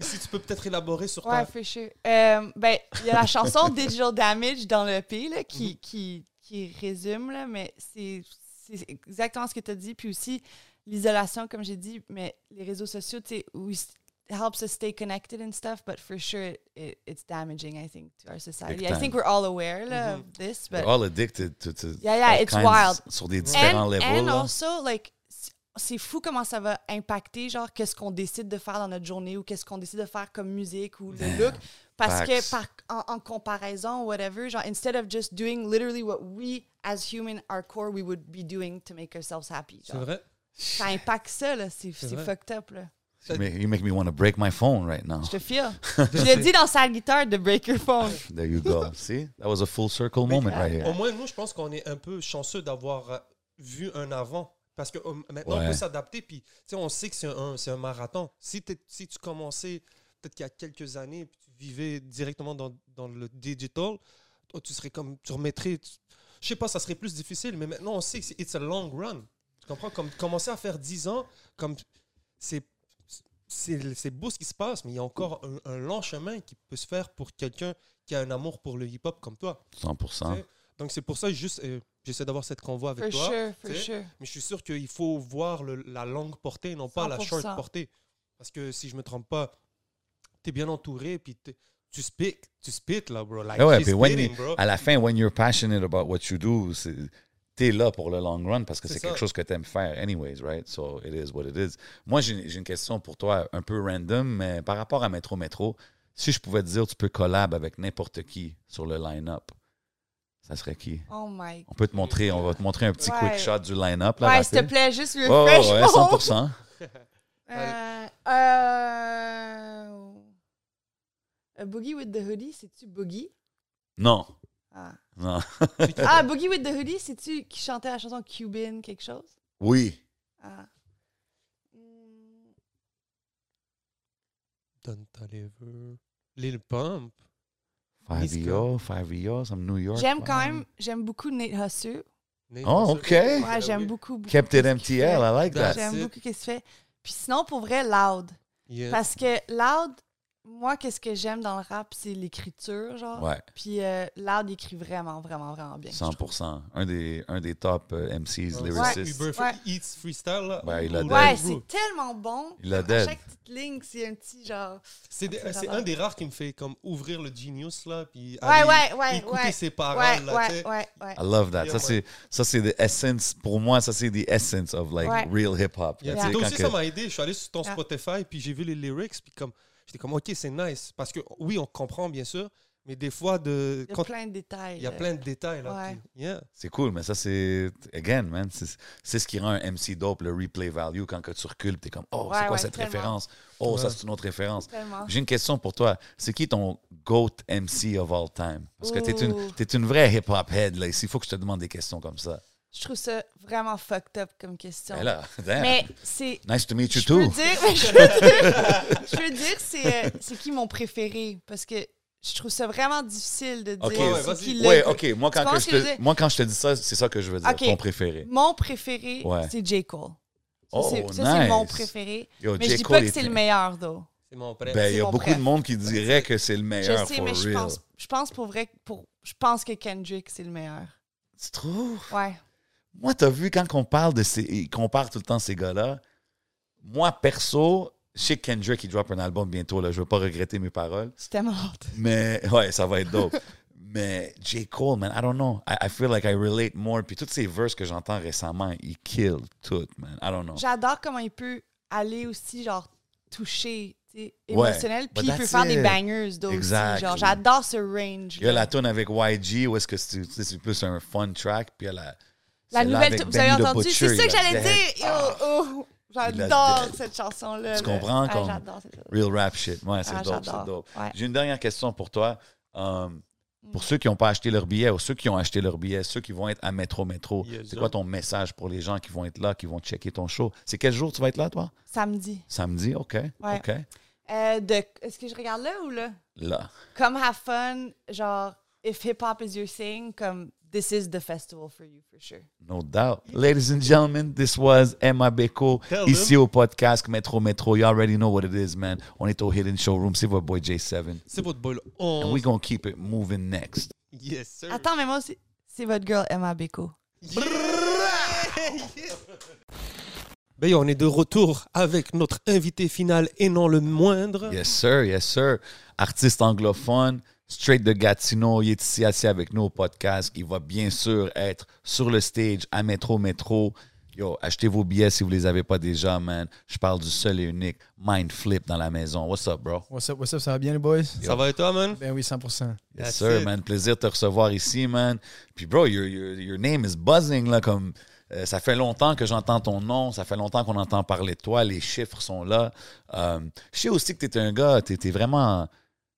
Si tu peux peut-être élaborer sur Ouais, ta... for sure. Euh, ben, il y a la chanson Digital Damage dans le P là, qui, qui, qui résume, là, mais c'est c'est exactement ce que tu as dit. Puis aussi, l'isolation, comme j'ai dit, mais les réseaux sociaux, tu sais, we s- helps us stay connected and stuff, but for sure, it, it's damaging, I think, to our society. I time. think we're all aware là, of this, but We're all addicted to, to Yeah, yeah, all it's kinds wild. Sur des différents and, levels. and là. also, like, c- c'est fou comment ça va impacter, genre, qu'est-ce qu'on décide de faire dans notre journée ou qu'est-ce qu'on décide de faire comme musique ou le look. Parce que, par, facts. en, en comparaison, whatever, genre, instead of just doing literally what we, as human, our core, we would be doing to make ourselves happy. C'est genre. vrai? Ça impacte ça, là. C'est c'est vrai. fucked up, là. You make, you make me want to break my phone right now. Je te file. Je l'ai dit dans sa guitare de Break Your Phone. There you go. See? That was a full circle moment right here. Au moins, nous, je pense qu'on est un peu chanceux d'avoir euh, vu un avant. Parce que euh, maintenant, on Ouais. peut s'adapter. Puis, tu sais, on sait que c'est un, c'est un marathon. Si, t'es- si tu commençais peut-être qu'il y a quelques années, puis tu vivais directement dans, dans le digital, toi, tu serais comme, tu remettrais, tu- je sais pas, ça serait plus difficile. Mais maintenant, on sait que c'est it's a long run. Tu comprends? Comme commencer à faire 10 ans, comme c'est c'est c'est beau ce qui se passe, mais il y a encore un, un long chemin qui peut se faire pour quelqu'un qui a un amour pour le hip-hop comme toi. 100%. Donc c'est pour ça juste euh, j'essaie d'avoir cette convoi avec For toi, sure, for tu sais. sure. mais je suis sûr qu'il faut voir le- la longue portée, non pas la short 100%. portée, parce que si je me trompe pas, t'es bien entouré puis t'es- tu speak, tu spit là, bro. Like, Ah ouais, she's puis when spitting, you- bro. À la fin, when you're passionate about what you do, c'est- t'es là pour le long run parce que C'est c'est ça. quelque chose que t'aimes faire anyways, right? So it is what it is. Moi, j'ai j'ai une question pour toi un peu random, mais par rapport à Metro Metro, si je pouvais te dire tu peux collab avec n'importe qui sur le line-up, Ça serait qui? Oh my On peut te montrer, on va te montrer un petit Ouais. quick shot du line-up. god. là, Ouais, s'il te rapide. plaît, juste Ouais, ouais, refresh ouais, mon- 100%. Euh, euh, A Boogie with the Hoodie, c'est-tu Boogie? Non, Ah. non. Ah, Boogie with the Hoodie, c'est-tu qui chantait la chanson Cuban quelque chose? Oui. Ah. Hmm, Don Toliver. Lil Pump. Fabio, Fabio, E some New York. J'aime quand man. même, j'aime beaucoup Nate Husser. Nate Oh, Husser. OK. Ben Ouais, oui. j'aime beaucoup. beaucoup Captain qu'est-ce qu'il MTL, I like That's that. fait. J'aime it. beaucoup qu'est-ce qu'il fait. Puis sinon, pour vrai, Loud. Yeah. Parce que Loud, moi, qu'est-ce que j'aime dans le rap, c'est l'écriture, genre. Ouais, Puis euh, Loud écrit vraiment, vraiment, vraiment bien. je trouve. 100%. Un des, un des top euh, MCs, lyricistes. Uber Ouais. Eats Freestyle. là. Ouais, il a Ouh, dead. Ouais, ouh. c'est tellement bon. Il la À dead. chaque petite ligne, c'est un petit genre. C'est des- Ah, c'est c'est rare. un des rares qui me fait comme ouvrir le Genius là, puis Ouais, aller ouais, ouais, écouter ouais. ses Ouais, paroles là, tu ouais, sais. ouais, ouais. I love that. Yeah, ça, ouais. c'est, ça, c'est the essence. Pour moi, ça, c'est the essence of like Ouais. real hip-hop. Yeah. Tu sais, Toi quand aussi, que- ça m'a aidé. Je suis allé sur ton Ah. Spotify, puis j'ai vu les lyrics, puis comme, j'étais comme, OK, c'est nice. Parce que, oui, on comprend, bien sûr, mais des fois, de, Il y a quand- plein de détails. euh, il y a là. plein de détails, là. Ouais. puis- yeah. C'est cool, mais ça, c'est. Again, man, c'est c'est ce qui rend un MC dope, le replay value, quand que tu recules, t'es comme, oh, c'est Ouais, quoi ouais, cette tellement. Ah. référence? Oh, ça, Ouais. c'est une autre référence. Tellement. J'ai une question pour toi. C'est qui ton GOAT MC of all time? Parce que t'es une, Ouh. t'es une vraie hip-hop head, là. Ici, il faut que je te demande des questions comme ça. Je trouve ça vraiment fucked up comme question. Ben Mais là, hein. damn. Mais c'est. Nice to meet you Je peux too. dire, mais je peux dire, je peux dire c'est, euh, c'est qui mon préféré parce que je trouve ça vraiment difficile de dire Ok, ouais, c'est vas-y. qui le- Ouais, OK. Moi, quand, que Tu comprends je ce que je veux te, dire? moi, quand je te dis ça, c'est ça que je veux dire. Ok. Ton préféré. Mon préféré, Ouais. c'est J. Cole. Ça, Oh, c'est, ça, c'est mon nice. préféré. Yo, Mais J. je dis Cole pas que c'est était- le meilleur, though. C'est mon prêt. Ben, il y a mon beaucoup préf. de monde qui dirait que c'est le meilleur. je sais, for mais je real. pense, je pense pour vrai, que pour, je pense que Kendrick, c'est le meilleur. Tu trouves? Ouais. Moi, t'as vu, quand on parle de ces. Ils comparent tout le temps ces gars-là. Moi, perso, je sais que Kendrick, il drop un album bientôt, là. Je veux pas regretter mes paroles. C'était morte. Mais, ouais, ça va être dope. Mais J. Cole, man, I don't know. I, I feel like I relate more. Puis toutes ces verses que j'entends récemment, il kill tout, man. I don't know. J'adore comment il peut aller aussi, genre, toucher, tu sais, Ouais. émotionnel. But Puis il peut that's faire it. des bangers, d'autres Exact. aussi. Genre, j'adore ce range. Il y a la tune avec YG, où est-ce que c'est tu sais, c'est plus un fun track. Puis il y a la. La celle-là nouvelle, avec vous avez Benny the entendu? Butcher, C'est ça il que a j'allais dead. dire. Oh, oh, Il a j'adore dead. cette chanson-là. Tu là. comprends, Ah, comme- J'adore cette chanson. Real rap shit. Ouais, c'est Ah, dope, c'est j'adore. dope. Ouais. J'ai une dernière question pour toi. Um, Mm. pour ceux qui n'ont pas acheté leur billet ou ceux qui ont acheté leur billet, ceux qui vont être à Métro Métro, Yes, c'est sir. quoi ton message pour les gens qui vont être là, qui vont checker ton show? C'est quel jour tu vas être là, toi? Samedi. Samedi, OK. OK. Euh, de- Est-ce que je regarde là ou là? Là. Comme have fun, genre, if hip-hop is your thing, comme this is the festival for you, for sure. No doubt. Ladies and gentlemen, this was Emma Beko Tell them. ici au podcast Métro Métro. You already know what it is, man. On est au Hidden Showroom. C'est votre boy J7. C'est votre bol. And we're going to keep it moving next. Yes, sir. Attends, mais moi aussi, c'est votre girl, Emma Beko. Ben, on est de retour avec notre invité final et non le moindre. Yes, sir. Yes, sir. Artiste anglophone, straight de Gatineau. Il est ici assis avec nous au podcast. Il va bien sûr être sur le stage à Métro Métro. Yo, achetez vos billets si vous les avez pas déjà, man. Je parle du seul et unique Mind Flip dans la maison. What's up, bro? What's up, what's up, ça va bien les boys? Ça va et toi, man? Ben oui, 100%. Yes, That's sir, it. man. Plaisir de te recevoir ici, man. Puis, bro, your, your, your name is buzzing, là, comme... euh, ça fait longtemps que j'entends ton nom, ça fait longtemps qu'on entend parler de toi, les chiffres sont là. Euh, je sais aussi que t'es un gars, t'es es vraiment...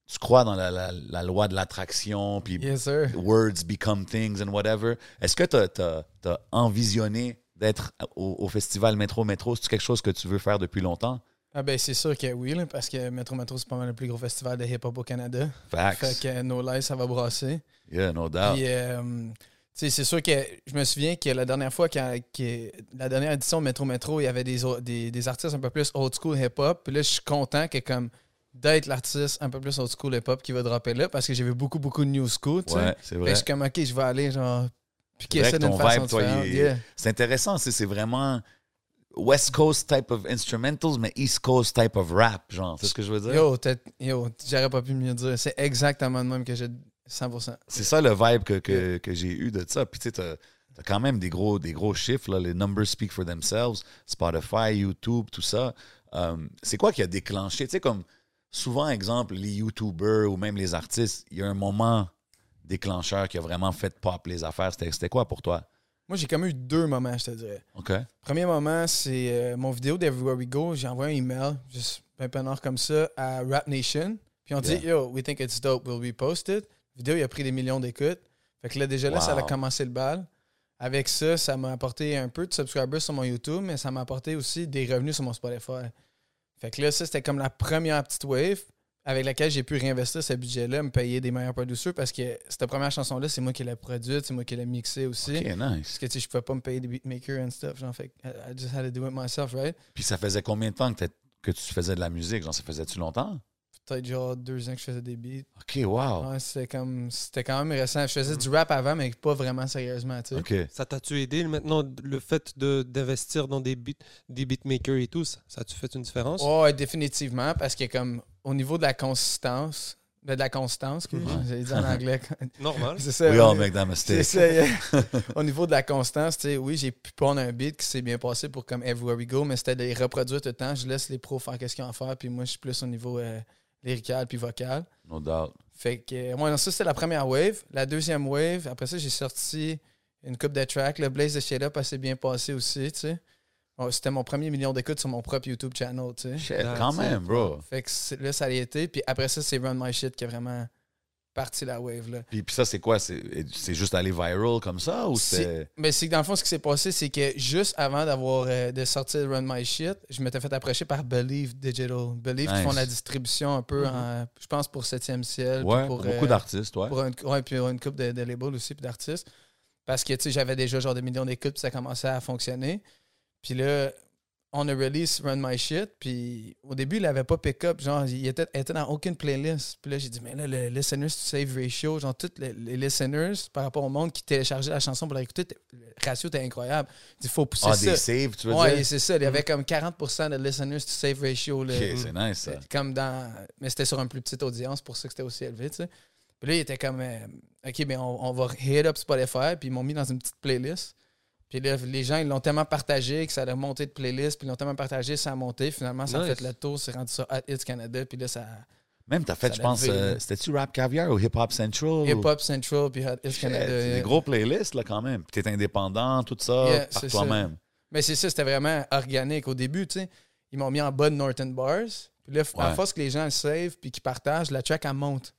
Tu crois dans la, la- la loi de l'attraction, puis Yes, sir. words become things and whatever. Est-ce que t'as as, envisionné d'être au, au festival Métro Métro? C'est quelque chose que tu veux faire depuis longtemps? Ah ben c'est sûr que oui, là, parce que Metro Metro, c'est pas mal le plus gros festival de hip-hop au Canada. Fait Facts. que No Lies, ça va brasser. Yeah, no doubt. Puis, euh, tu sais, c'est sûr que je me souviens que la dernière fois, quand, que la dernière édition de Metro Metro, il y avait des, au- des, des artistes un peu plus old school hip-hop. Puis là, je suis content que comme d'être l'artiste un peu plus old school hip-hop qui va dropper là, parce que j'avais beaucoup, beaucoup de new school, tu sais. Ouais, c'est Fait que vrai. je suis comme, OK, je vais aller, genre, piquer vrai ça que d'une ton façon vibe, toi, il différente. est- Yeah. C'est intéressant, c'est c'est vraiment West Coast type of instrumentals, mais East Coast type of rap, genre. C'est ce que je veux dire? Yo, t'as- yo, j'aurais pas pu mieux dire. C'est exactement le même que j'ai 100%. C'est ça le vibe que, que, que j'ai eu de ça. Puis tu sais, t'as t'as quand même des gros, des gros chiffres, là. les numbers speak for themselves, Spotify, YouTube, tout ça. Um, c'est quoi qui a déclenché? Tu sais, comme souvent, exemple, les YouTubers ou même les artistes, il y a un moment déclencheur qui a vraiment fait pop les affaires? C'était c'était quoi pour toi? Moi, j'ai comme eu deux moments, je te dirais. OK. Premier moment, c'est euh, mon vidéo d'Everywhere We Go. J'ai envoyé un email, juste un peinard comme ça, à Rap Nation. Puis on dit, yo, we think it's dope, we'll repost it. La vidéo, il a pris des millions d'écoutes. Fait que là, déjà là, ça a Wow. commencé le bal. Avec ça, ça m'a apporté un peu de subscribers sur mon YouTube, mais ça m'a apporté aussi des revenus sur mon Spotify. Fait que là, ça, c'était comme la première petite wave avec laquelle j'ai pu réinvestir ce budget-là, me payer des meilleurs producteurs parce que cette première chanson-là, c'est moi qui l'ai produite, c'est moi qui l'ai mixée aussi. OK, nice. Parce que tu sais, je pouvais pas me payer des beatmakers and stuff. Genre, fait que I I just had to do it myself, right? Puis ça faisait combien de temps que, t'es- que tu faisais de la musique? Genre, ça faisait-tu longtemps? Peut-être genre deux ans que je faisais des beats. OK, wow. Ouais, c'était comme. C'était quand même récent. Je faisais du rap avant, mais pas vraiment sérieusement, tu sais. OK. Ça t'a-tu aidé maintenant le fait de- d'investir dans des, beat, des beatmakers et tout? Ça ça a-tu fait une différence? Ouais, définitivement, parce que comme au niveau de la consistance, ben, de la constance, que j'allais dire en anglais. Normal. c'est ça. We on all est- make that C'est mistake. ça. yeah. Au niveau de la constance, tu sais, oui, j'ai pu prendre un beat qui s'est bien passé pour comme Everywhere We Go, mais c'était de les reproduire tout le temps. Je laisse les pros faire qu'est-ce qu'ils ont à faire, puis moi, je suis plus au niveau euh, lyrical puis vocal. No doubt. Fait que, euh, ouais, non, ça, c'était la première wave. La deuxième wave, après ça, j'ai sorti une coupe de tracks. Le Blaze de Shade Up a s'est bien passé aussi, tu sais. Bon, c'était mon premier million d'écoutes sur mon propre YouTube channel, tu sais. Shit, quand même, bro. Fait que c'est- là, ça a été. Puis après ça, c'est Run My Shit qui a vraiment parti la wave, là. Puis, puis ça, c'est quoi? C'est c'est juste aller viral comme ça ou Si- c'est... Mais c'est que dans le fond, ce qui s'est passé, c'est que juste avant d'avoir euh, de sortir Run My Shit, je m'étais fait approcher par Believe Digital. Believe Nice. qui Mm-hmm. font la distribution un peu, en, je pense, pour 7e ciel. puis Ouais, pour, beaucoup euh, d'artistes, ouais. Pour une, ouais, puis une coupe de, de labels aussi, puis d'artistes. Parce que, tu sais, j'avais déjà genre des millions d'écoutes, puis ça commençait à fonctionner. Puis là, on a release Run My Shit, puis au début, il avait pas pick-up, genre, il était, il était dans aucune playlist. Puis là, j'ai dit, mais là, le listeners to save ratio, genre, tous les, les listeners par rapport au monde qui téléchargeait la chanson pour l'écouter, t- le ratio était incroyable. Il dit, faut pousser Ah, ça. des saves, tu veux Ouais, dire? Mm-hmm. c'est ça. Il y avait comme 40% de listeners to save ratio. Là, OK, c'est nice, ça. c'est Comme dans... Mais c'était sur une plus petite audience, pour ça que c'était aussi élevé, tu sais. Puis là, il était comme, euh, OK, ben on, on va hit up Spotify, puis ils m'ont mis dans une petite playlist. Puis là, les gens, ils l'ont tellement partagé que ça a monté de playlist, puis ils l'ont tellement partagé, ça a monté. Finalement, ça a Nice. fait le tour, c'est rendu sur Hot Hits Canada, puis là, ça... Même, t'as fait, Ça je pense, l'a levé, euh, là. c'était-tu Rap Caviar ou Hip Hop Central? Hip Hop Central, puis Hot Hits Oh. Shit, Canada. c'est yeah. des gros playlists, là, quand même. Puis t'es indépendant, tout ça, Yeah, par c'est ça. toi-même. Mais c'est ça, c'était vraiment organique. Au début, tu sais, ils m'ont mis en bas de Norton Bars. Puis là, Ouais. à force que les gens le savent puis qu'ils partagent, la track, elle monte.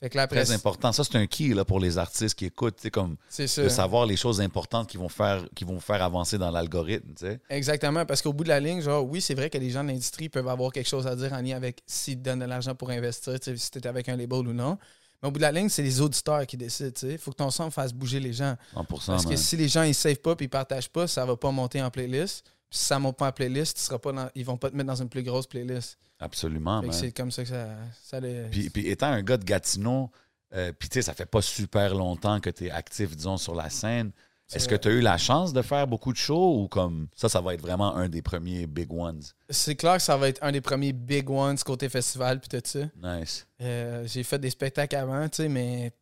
Fait que là, après, Très important. Ça, c'est un key là, pour les artistes qui écoutent, tu sais, comme c'est de ça. savoir les choses importantes qui vont faire, qui vont faire avancer dans l'algorithme, tu sais. Exactement, parce qu'au bout de la ligne, genre, oui, c'est vrai que les gens de l'industrie peuvent avoir quelque chose à dire en lien avec s'ils te donnent de l'argent pour investir, tu sais, si t'es avec un label ou non. Mais au bout de la ligne, c'est les auditeurs qui décident, tu sais. Faut que ton son fasse bouger les gens. 100%. Parce que man. si les gens ils savent pas puis ils partagent pas, ça va pas monter en playlist. Puis si ça monte pas en playlist, tu seras pas dans- ils vont pas te mettre dans une plus grosse playlist. Absolument, Fait que Ah, man. c'est comme ça que ça, ça le- Puis, puis étant un gars de Gatineau, euh, puis tu sais, ça fait pas super longtemps que tu es actif, disons, sur la scène. Est-ce que tu as eu la chance de faire beaucoup de shows ou comme ça, ça va être vraiment un des premiers big ones? C'est clair que ça va être un des premiers big ones côté festival puis tout ça. Nice. Euh, j'ai fait des spectacles avant, tu sais, mais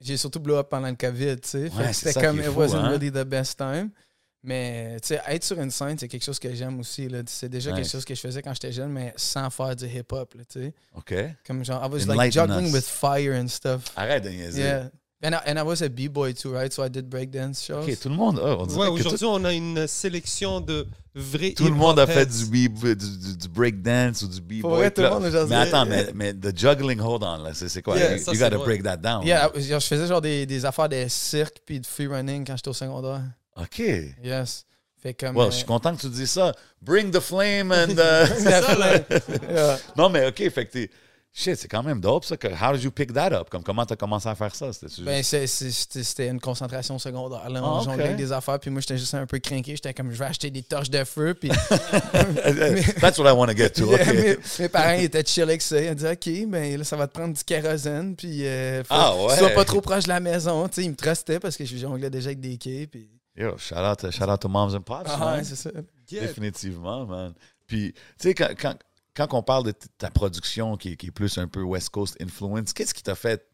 j'ai surtout blow up pendant le COVID, tu sais. Fait que c'est ça C'était qui comme est it fou, wasn't hein? really the best time. Mais tu sais, être sur une scène, c'est quelque chose que j'aime aussi. là. C'est déjà Nice. quelque chose que je faisais quand j'étais jeune, mais sans faire du hip-hop, là, tu sais. OK. Comme genre, I was Enlighten like juggling us. with fire and stuff. Arrête de niaiser. Yeah. And I, and I was a b-boy too, right? So I did breakdance shows. OK, tout le monde. ah, on dirait Ouais, que tout, aujourd'hui, on a une sélection de vrais tout le monde a fait hip-hop du, b- du, du- du breakdance ou du Pour b-boy. vrai, tout le Là, monde aujourd'hui. Mais attends, mais, mais the juggling, hold on, là, c'est c'est quoi? Yeah, you ça, you c'est gotta vrai. break that down. Yeah, I was- genre, je faisais genre des, des affaires de cirque puis de free running quand j'étais au secondaire. OK. Yes. Fait comme. Well, euh, je suis content que tu dis ça. Bring the flame and. euh, Yeah. non, mais OK, fait que t'es. Shit, c'est quand même dope ça. Que, how did you pick that up? Comme, comment t'as commencé à faire ça? C'était Ben, c'est- c'est- c'était c'était une concentration secondaire. Là, on Ah, ok. jonglait avec des affaires, puis moi, j'étais juste un peu craqué. J'étais comme, je vais acheter des torches de feu. Puis That's what I want to get to. Yeah, OK. mes, mes parents ils étaient chill avec ça. Ils ont dit, OK, ben là, ça va te prendre du kérosène, puis euh, faut- Ah, ouais. sois pas trop proche de la maison. Tu sais, ils me trustaient parce que je jonglais déjà avec des quais. Puis... Yo, shout out, to- shout out to moms and pops. Ah, man. ouais, c'est ça. get. Définitivement, man. Puis, tu sais, quand, quand, quand on parle de t- ta production qui, est- qui est plus un peu West Coast influence, qu'est-ce qui t'a fait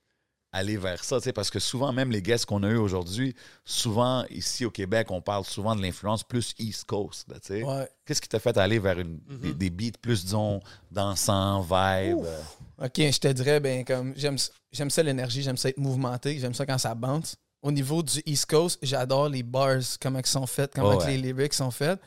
aller vers ça, tu sais, parce que souvent, même les guests qu'on a eus aujourd'hui, souvent, ici au Québec, on parle souvent de l'influence plus East Coast, là, tu sais. Ouais. Mm-hmm. Qu'est-ce qui t'a fait aller vers une, des, des beats plus, disons, dansants, vibe? euh, OK, je te dirais, ben comme j'aime j'aime ça l'énergie, j'aime ça être mouvementé, j'aime ça quand ça bounce. Au niveau du East Coast, j'adore les bars, comment ils sont faites, comment Oh, que ouais. les lyrics sont faites.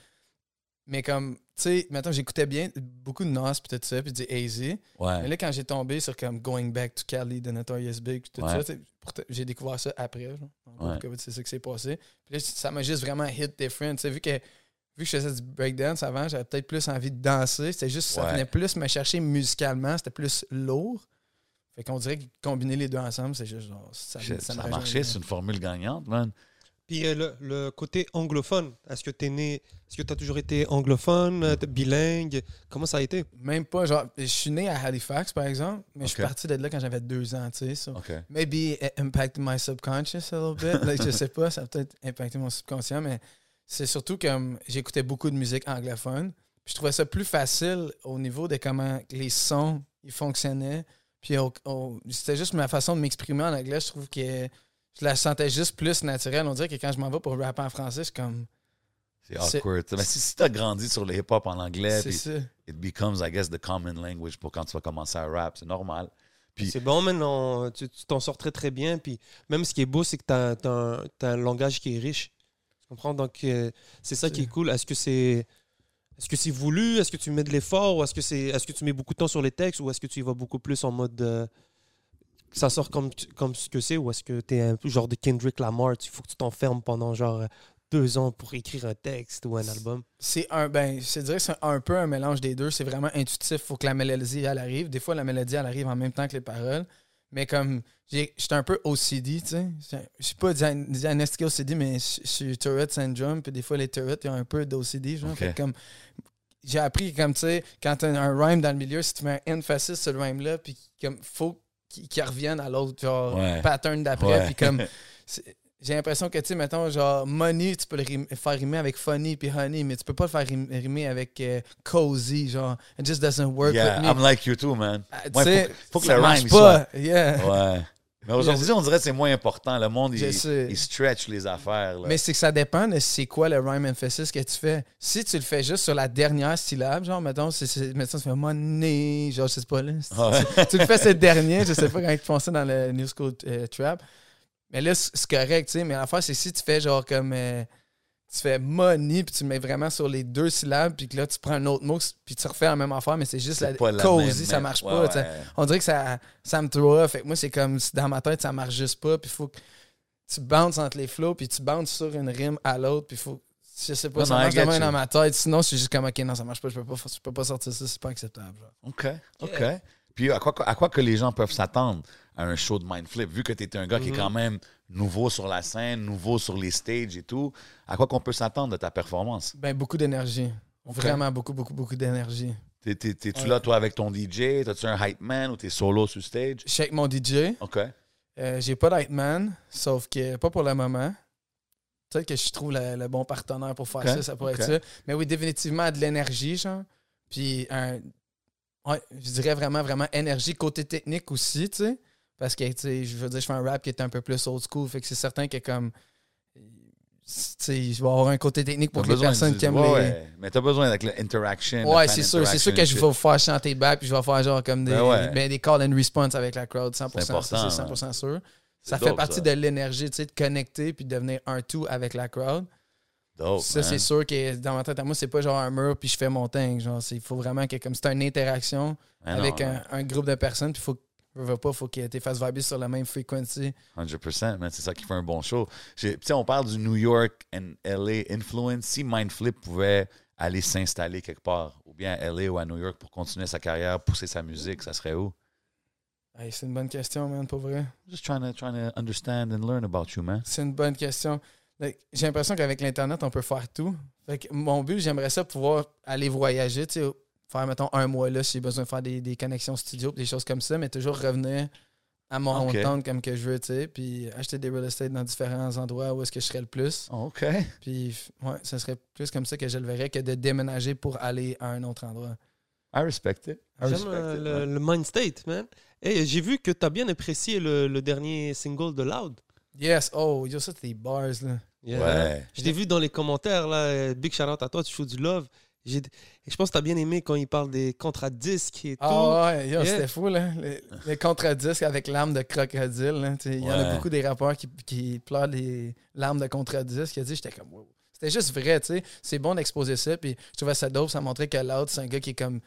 Mais comme, tu sais, maintenant j'écoutais bien beaucoup de Nas puis tout ça, puis du Hazy. Ouais. Mais là, quand j'ai tombé sur comme Going Back to Cali de Notorious Big, puis tout Ouais. ça, tu sais, pour te- j'ai découvert ça après. genre. En Ouais. gros, comme C'est ça qui s'est passé. Puis là, ça m'a juste vraiment hit different. Tu sais, vu que, vu que je faisais du breakdance avant, j'avais peut-être plus envie de danser. C'était juste, ça Ouais. venait plus me chercher musicalement, c'était plus lourd. Fait qu'on dirait que combiner les deux ensemble, c'est juste genre. Ça, Shit, ça, me a rejoint marché, bien. c'est une formule gagnante, man. Puis euh, le, le côté anglophone, est-ce que t'es né, est-ce que t'as toujours été anglophone, euh, t'es bilingue Comment ça a été Même pas, genre, je suis né à Halifax, par exemple, mais je suis Ok. parti de là quand j'avais deux ans, tu sais. so- OK. Maybe it impacted my subconscious a little bit. Like, je sais pas, ça a peut-être impacté mon subconscient, mais c'est surtout comme j'écoutais beaucoup de musique anglophone. Puis je trouvais ça plus facile au niveau de comment les sons ils fonctionnaient. Puis au- au- c'était juste ma façon de m'exprimer en anglais. Je trouve que je la sentais juste plus naturelle. On dirait que quand je m'en vais pour rapper en français, je suis comme. C'est C'est- awkward. Mais si, si t'as grandi sur le hip-hop en anglais, C'est puis ça. it becomes, I guess, the common language pour quand tu vas commencer à rap, c'est normal. Puis- C'est bon, maintenant, tu tu t'en sors très très bien. Puis même ce qui est beau, c'est que t'as t'as un, t'as un langage qui est riche. Tu comprends Donc euh, c'est ça qui est cool. Est-ce que c'est est-ce que c'est voulu Est-ce que tu mets de l'effort Ou est-ce que c'est est-ce que tu mets beaucoup de temps sur les textes Ou est-ce que tu y vas beaucoup plus en mode euh, ça sort comme tu- comme ce que c'est Ou est-ce que t'es un peu genre de Kendrick Lamar Il faut que tu t'enfermes pendant genre euh, deux ans pour écrire un texte ou un album c'est un ben je te dirais que c'est un peu un mélange des deux c'est vraiment intuitif faut que la mélodie elle arrive des fois la mélodie elle arrive en même temps que les paroles mais comme j'ai- j'étais un peu OCD tu sais J'ai- je suis pas dia- diagnostiqué OCD mais je je suis Tourette syndrome puis des fois les Tourette ils ont un peu d'OCD genre Ok. Fait que comme j'ai appris que comme tu sais quand t'as un rhyme dans le milieu si tu mets un emphasis sur le rhyme là puis comme faut qu'il qu'il revienne à l'autre genre Ouais. pattern d'après Ouais. puis comme c'est- j'ai l'impression que, tu sais, mettons, genre, money, tu peux le rim- faire rimer avec funny puis honey, mais tu peux pas le faire rim- rimer avec euh, cozy, genre, it just doesn't work Yeah, with me. I'm like you too, man. Ah, tu Ouais, sais, faut que ça le marche rhyme, il pas. Yeah. Ouais. Mais aujourd'hui, on dirait que c'est moins important. Le monde, Je il, sais. il stretch les affaires. là. Mais c'est que ça dépend de c'est quoi le rhyme emphasis que tu fais. Si tu le fais juste sur la dernière syllabe, genre, mettons, c'est- c'est- mettons tu fais money, genre, je sais pas, là. c'est- Ah ouais. tu le fais ce dernier, je sais pas quand ils font ça dans le New School euh, Trap. Mais là, c- c'est correct, tu sais. Mais l'affaire, c'est si tu fais genre comme. euh, tu fais money, puis tu mets vraiment sur les deux syllabes, puis que là, tu prends un autre mot, puis tu refais la même affaire, mais c'est juste C'est la, pas la cozy, même- ça marche ouais, pas. tu sais. ouais. On dirait que ça, ça me throw off. Fait que moi, c'est comme si dans ma tête, ça marche juste pas, puis faut que tu bounces entre les flots, puis tu bounces sur une rime à l'autre, puis faut. Je sais pas, Non, ça non, I marche de get même you. dans ma tête. Sinon, c'est juste comme, ok, non, ça marche pas, je peux pas, je peux pas sortir ça, c'est pas acceptable. genre. OK, OK. Puis à quoi, à quoi que les gens peuvent s'attendre à un show de Mindflip, vu que tu es un Mm-hmm. gars qui est quand même nouveau sur la scène, nouveau sur les stages et tout, à quoi qu'on peut s'attendre de ta performance? Ben, beaucoup d'énergie. Vraiment beaucoup, beaucoup, beaucoup d'énergie. T'es- t'es- T'es-tu Ouais. là, toi, avec ton DJ? T'as-tu un hype man ou t'es solo sur stage? Je suis avec mon DJ. OK. Euh, j'ai pas d'Hitman, sauf que pas pour le moment. Peut-être que je trouve le, le bon partenaire pour faire Ok, ça, ça pourrait ok. être ça. Mais oui, définitivement, de l'énergie, genre. Puis, un, ouais, je dirais vraiment, vraiment énergie côté technique aussi, tu sais. Parce que, tu sais, je veux dire, je fais un rap qui est un peu plus old school. Fait que c'est certain que, comme, tu sais, je vais avoir un côté technique pour T'as que les besoin personnes du- qui aiment ouais, les- ouais. Mais t'as besoin avec l'interaction. Ouais, c'est sûr. C'est sûr que je vais vous faire chanter back puis je vais faire genre comme des, Ben ouais. ben, des call and response avec la crowd, 100%. C'est important, hein. ça, c'est 100% sûr. C'est Ça fait dope, partie ça. de l'énergie, tu sais, de connecter puis de devenir un tout avec la crowd. Dope, ça, Oh, man. c'est sûr que dans ma tête à moi, c'est pas genre un mur puis je fais mon thing. Genre, c'est- il faut vraiment que comme c'est une interaction Ah non, avec un, un groupe de personnes puis faut veux, veux pas, faut que tu fasses vibrer sur la même frequency. 100%, man, c'est ça qui fait un bon show. J'ai- Tu sais, on parle du New York and LA influence. Si Mindflip pouvait aller s'installer quelque part, ou bien à LA ou à New York pour continuer sa carrière, pousser sa musique, ça serait où? Hey, c'est une bonne question, man, pour vrai. Just trying to, trying to understand and learn about you, man. C'est une bonne question. Like, J'ai l'impression qu'avec l'Internet, on peut faire tout. Fait que mon but, j'aimerais ça pouvoir aller voyager, tu sais, faire, mettons, un mois là, si j'ai besoin de faire des, des connexions studio, des choses comme ça, mais toujours revenir à mon Ok. town comme que je veux, tu sais, puis acheter des real estate dans différents endroits où est-ce que je serais le plus. Oh, OK. Puis, f- ouais, ce serait plus comme ça que je le verrais que de déménager pour aller à un autre endroit. I respect it. I J'aime respect euh, it, le, man. le mind state, man. Hey, j'ai vu que tu as bien apprécié le, le dernier single de Loud. Yes, oh, yo, ça, c'est des bars, là. Yeah. Ouais. Je t'ai vu dans les commentaires, là. euh, Big shout out à toi, tu fous du love. J'ai- Et je pense que tu as bien aimé quand il parle des contrats disques et tout. Ah ouais, yo, Yeah. c'était fou, là. Les, les contre-disques avec l'âme de crocodile, là. Tu sais, Il y en Ouais. a beaucoup des rappeurs qui, qui pleurent les larmes de contre-disques. Il a dit, j'étais comme, wow. C'était juste vrai, tu sais. C'est bon d'exposer ça. Puis je trouvais ça dope, ça montrait que l'autre, c'est un gars qui est comme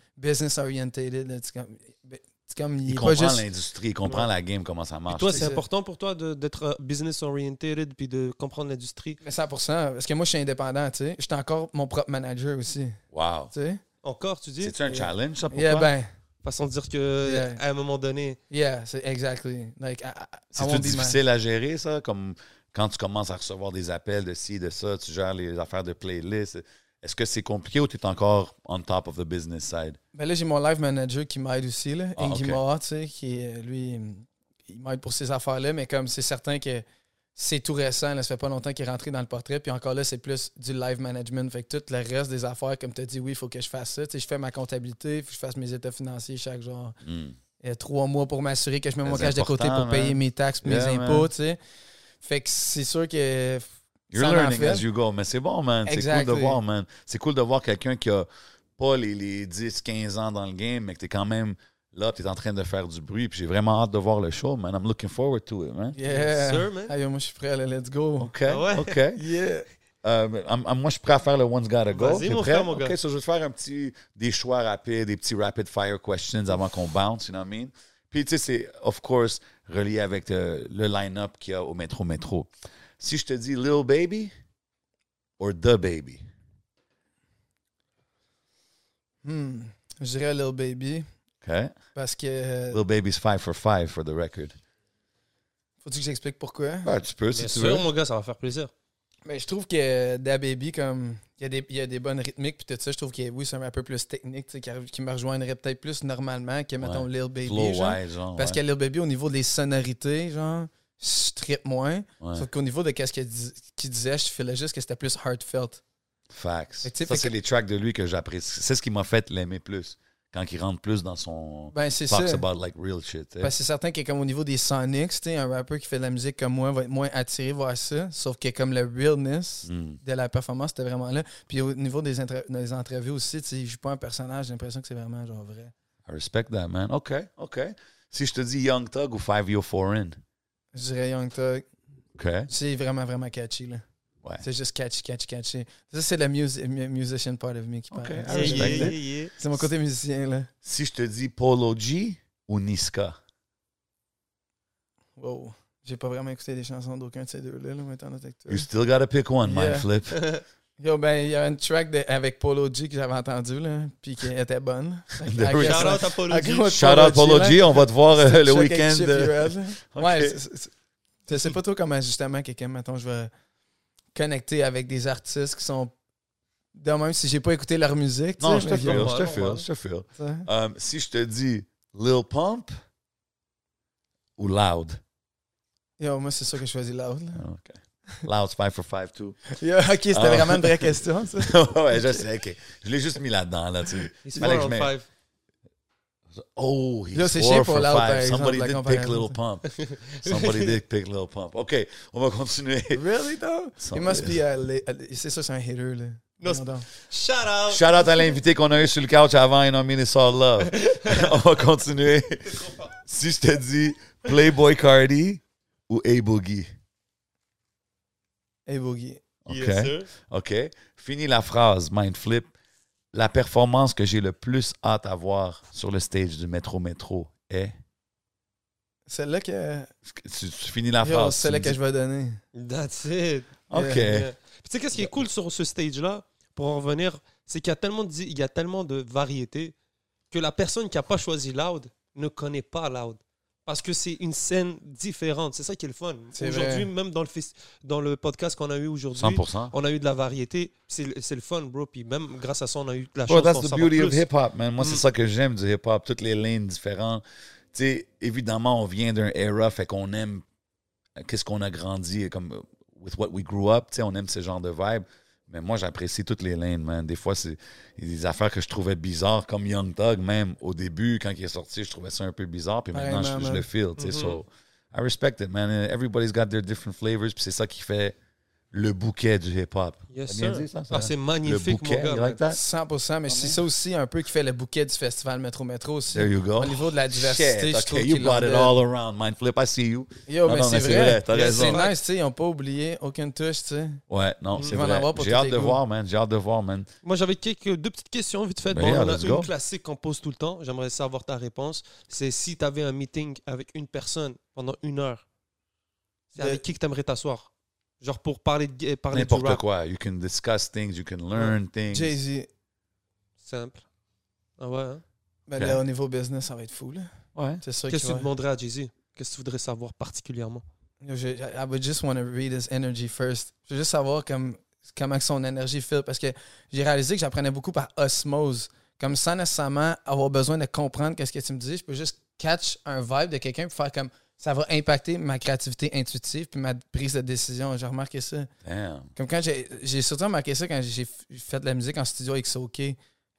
business-oriented. là. C'est comme, ben, c'est comme, il, Il est comprend pas juste. l'industrie, il comprend la game, comment ça marche. Toi, c'est c'est ça. important pour toi de- d'être business-oriented puis de comprendre l'industrie. Mais 100%, parce que moi, je suis indépendant, tu sais. Je suis encore mon propre manager aussi, Wow. tu sais. Encore, tu dis? C'est-tu un challenge, ça, pour Yeah, toi? ben, Façon de dire que Yeah. à un moment donné, yeah, c'est exactly. Like, I- I- I C'est-tu won't be mad. difficile à gérer, ça? Comme quand tu commences à recevoir des appels de ci, de ça, tu gères les affaires de playlist. Est-ce que c'est compliqué ou tu es encore on top of the business side? Ben là, j'ai mon live manager qui m'aide aussi, là, Ah, Ingy ok. Moa, tu sais, qui, est, lui, il m'aide pour ces affaires-là, mais comme c'est certain que c'est tout récent, là, ça fait pas longtemps qu'il est rentré dans le portrait, puis encore là, c'est plus du live management, fait que tout le reste des affaires, comme tu as dit, oui, il faut que je fasse ça, tu sais, je fais ma comptabilité, faut que je fasse mes états financiers chaque genre, Hmm. euh, trois mois pour m'assurer que je mets mon C'est cash de côté pour important, payer man. mes taxes, mes Yeah, impôts, man. tu sais, fait que c'est sûr que... You're ça en learning fait. as you go. Mais c'est bon, man. C'est cool de Exactly. voir, man. C'est cool de voir quelqu'un qui a pas les, les 10, 15 ans dans le game, mais que t'es quand même là, t'es en train de faire du bruit. Puis j'ai vraiment hâte de voir le show, man. I'm looking forward to it, man. Yeah! Yes, sir, man. Ah, yo, moi, je suis prêt, là, let's go! OK, Ah ouais? OK. Euh, I'm- I'm- moi, je suis prêt à faire le One's Gotta Go. Vas-y, T'es mon prêt? frère, mon gars. OK, so je vais te faire un petit, des choix rapides, des petits rapid fire questions avant qu'on bounce, you know what I mean? Puis, tu sais, c'est, of course, relié avec euh, le line-up qu'il y a au Métro Métro. Si je te dis Lil Baby or The Baby? Hmm. Je dirais Lil Baby, OK. parce que... euh, Lil Baby's five for five for the record. Faut-tu que j'explique pourquoi? Ben, tu peux, si bien tu sûr, veux. mon gars, ça va faire plaisir. Mais je trouve que DaBaby, comme il y, a des, il y a des bonnes rythmiques, puis tout ça, je trouve que oui, c'est un peu plus technique, tu sais, qui, arrive- qui me rejoindrait peut-être plus normalement que, mettons, Lil Baby. Flow genre. wise, genre. Parce que ouais. Lil Baby, au niveau des sonorités, genre, je trippe moins. Ouais. Sauf qu'au niveau de qu'est-ce qu'il dis- qu'il disait, je filais juste que c'était plus heartfelt. Facts. Fait que tu sais, Ça, fait c'est que- les tracks de lui que j'apprécie. C'est ce qui m'a fait l'aimer plus. Quand il rentre plus dans son. Ben, c'est ça. Talks about like real shit. tu sais. Ben, c'est certain que comme au niveau des sonics, tu sais, un rappeur qui fait de la musique comme moi va être moins attiré vers ça. Sauf que comme le realness, Mm. de la performance, c'était vraiment là. Puis au niveau des, intra- des entrevues aussi, tu sais, je suis pas un personnage, j'ai l'impression que c'est vraiment genre vrai. I respect that, man. OK, OK. Si je te dis Young Thug ou Five Year Foreign. Je dirais Young Thug. OK. C'est vraiment, vraiment catchy, là. Ouais. C'est juste catchy, catchy, catchy. Ça, c'est la mus- mu- musician part of me qui parle. Ok, I C'est- respect Yeah, yeah, that. yeah, yeah. C'est mon côté musicien, là. Si je te dis Polo G ou Niska. Wow. J'ai pas vraiment écouté les chansons d'aucun de ces deux-là, là, maintenant, avec toi. You still gotta pick one, my Yeah. flip. Yo, ben, il y a une track de- avec Polo G que j'avais entendue, là, puis qui était bonne. Fait que- There I is- guess- Shout out à Paulo G. I guess what Shout out Polo là, G, on va te voir euh, le c'est track avec week-end. Chip euh, Hurel, là. OK. Ouais, c'est- c'est- c'est- je sais pas trop comment justement quelqu'un, mettons, je vais connecter avec des artistes qui sont. De même si j'ai pas écouté leur musique. tu Non, sais, je te mais feel, je te normal, feel, normal. je te feel. tu sais. Um, si je te dis Lil Pump ou Loud. Yo, moi, c'est sûr que je choisis l'autre. là. Ah, OK. Loud's 5 for 5 too. Yo, ok, c'était Ah. vraiment une vraie question, ça. ouais, je sais, OK. Je l'ai juste mis là-dedans, là, tu sais. He's Fallait que four je on mette- five. Oh, he's Là, c'est four chiant for pour Loud, par five. exemple, Somebody la did pick comparaison, Little Pump. Somebody did pick Little Pump. OK, on va continuer. Really, though? Sans- It must be. a la- a- C'est sûr, c'est un hater, là. Non, Voyons donc. Shout out! Shout out à l'invité qu'on a eu sur le couch avant, il a mis It's All Love. on va continuer. Si je te dis Playboy Cardi ou A Boogie. Hey, Boogie. OK. Yes, sir. OK. Fini la phrase, mind flip. La performance que j'ai le plus hâte à voir sur le stage du Métro Métro est. Celle-là que. Tu, tu finis la Yo, phrase. tu celle-là me que dis- je vais donner. That's it. OK. Yeah. Euh, Puis Tu sais, qu'est-ce qui est cool sur ce stage-là, pour en revenir, c'est qu'il y a tellement de, il y a tellement de variétés que la personne qui n'a pas choisi Loud ne connaît pas Loud. Parce que c'est une scène différente. C'est ça qui est le fun. C'est Aujourd'hui, vrai. même dans le, fes- dans le podcast qu'on a eu aujourd'hui, 100%. on a eu de la variété. C'est le c'est le fun, bro. Puis même grâce à ça, on a eu de la chance Oh, that's d'en the savoir beauty of plus. hip-hop, man. Moi, c'est Mm. ça que j'aime du hip-hop. Toutes les lignes différentes. Tu sais, évidemment, on vient d'un era, fait qu'on aime qu'est-ce qu'on a grandi, comme euh, with what we grew up. Tu sais, on aime ce genre de vibe. Mais moi, j'apprécie toutes les lanes, man. Des fois, c'est il y a des affaires que je trouvais bizarres, comme Young Thug, même au début, quand il est sorti, je trouvais ça un peu bizarre. Puis maintenant, Pareillement, je, je man. le feel. Mm-hmm. tu sais. So, I respect it, man. Everybody's got their different flavors. Puis c'est ça qui fait le bouquet du hip-hop. Yes, T'as bien sir. dit ça, ça? Ah, c'est Le magnifique, bouquet, mon you gars. like that? 100%, mais c'est ça aussi un peu qui fait le bouquet du festival Métro Métro aussi. There you go. Au niveau de la Shit, diversité, je okay, trouve you qu'ils brought it l'ont all around, man. Flip, I see you. Yo, Non, mais non, c'est vrai. t'as raison. C'est nice, tu sais, ils n'ont pas oublié aucune touche, tu sais. Ouais, non, c'est Il va en vrai. Mm-hmm. avoir pour J'ai tous hâte les de goûts. voir, man. J'ai hâte de voir, man. Moi, j'avais quelques, deux petites questions vite fait. Ben, Bon, yeah, on a let's une go. classique qu'on pose tout le temps. J'aimerais savoir ta réponse. C'est si tu avais un meeting avec une personne pendant une heure, c'est De- avec qui que tu aimerais t'asseoir Genre pour parler, de, eh, parler du Ben, N'importe rap. quoi. You can discuss things, you can learn things. Mm-hmm. Jay-Z, Simple. Ah ouais. hein? ben Ok. là, au niveau business, ça va être fou, là. Ouais. C'est sûr Qu'est-ce que tu que demanderais à Jay-Z Qu'est-ce que tu voudrais savoir particulièrement je, I would just want to read his energy first. Je veux juste savoir comme, comment que son énergie file, parce que j'ai réalisé que j'apprenais beaucoup par osmose. Comme sans nécessairement avoir besoin de comprendre qu'est-ce que tu me dis, je peux juste catch un vibe de quelqu'un pour faire comme ça va impacter ma créativité intuitive puis ma prise de décision. J'ai remarqué ça. Damn. Comme quand j'ai j'ai surtout remarqué ça quand j'ai f- fait de la musique en studio avec OK.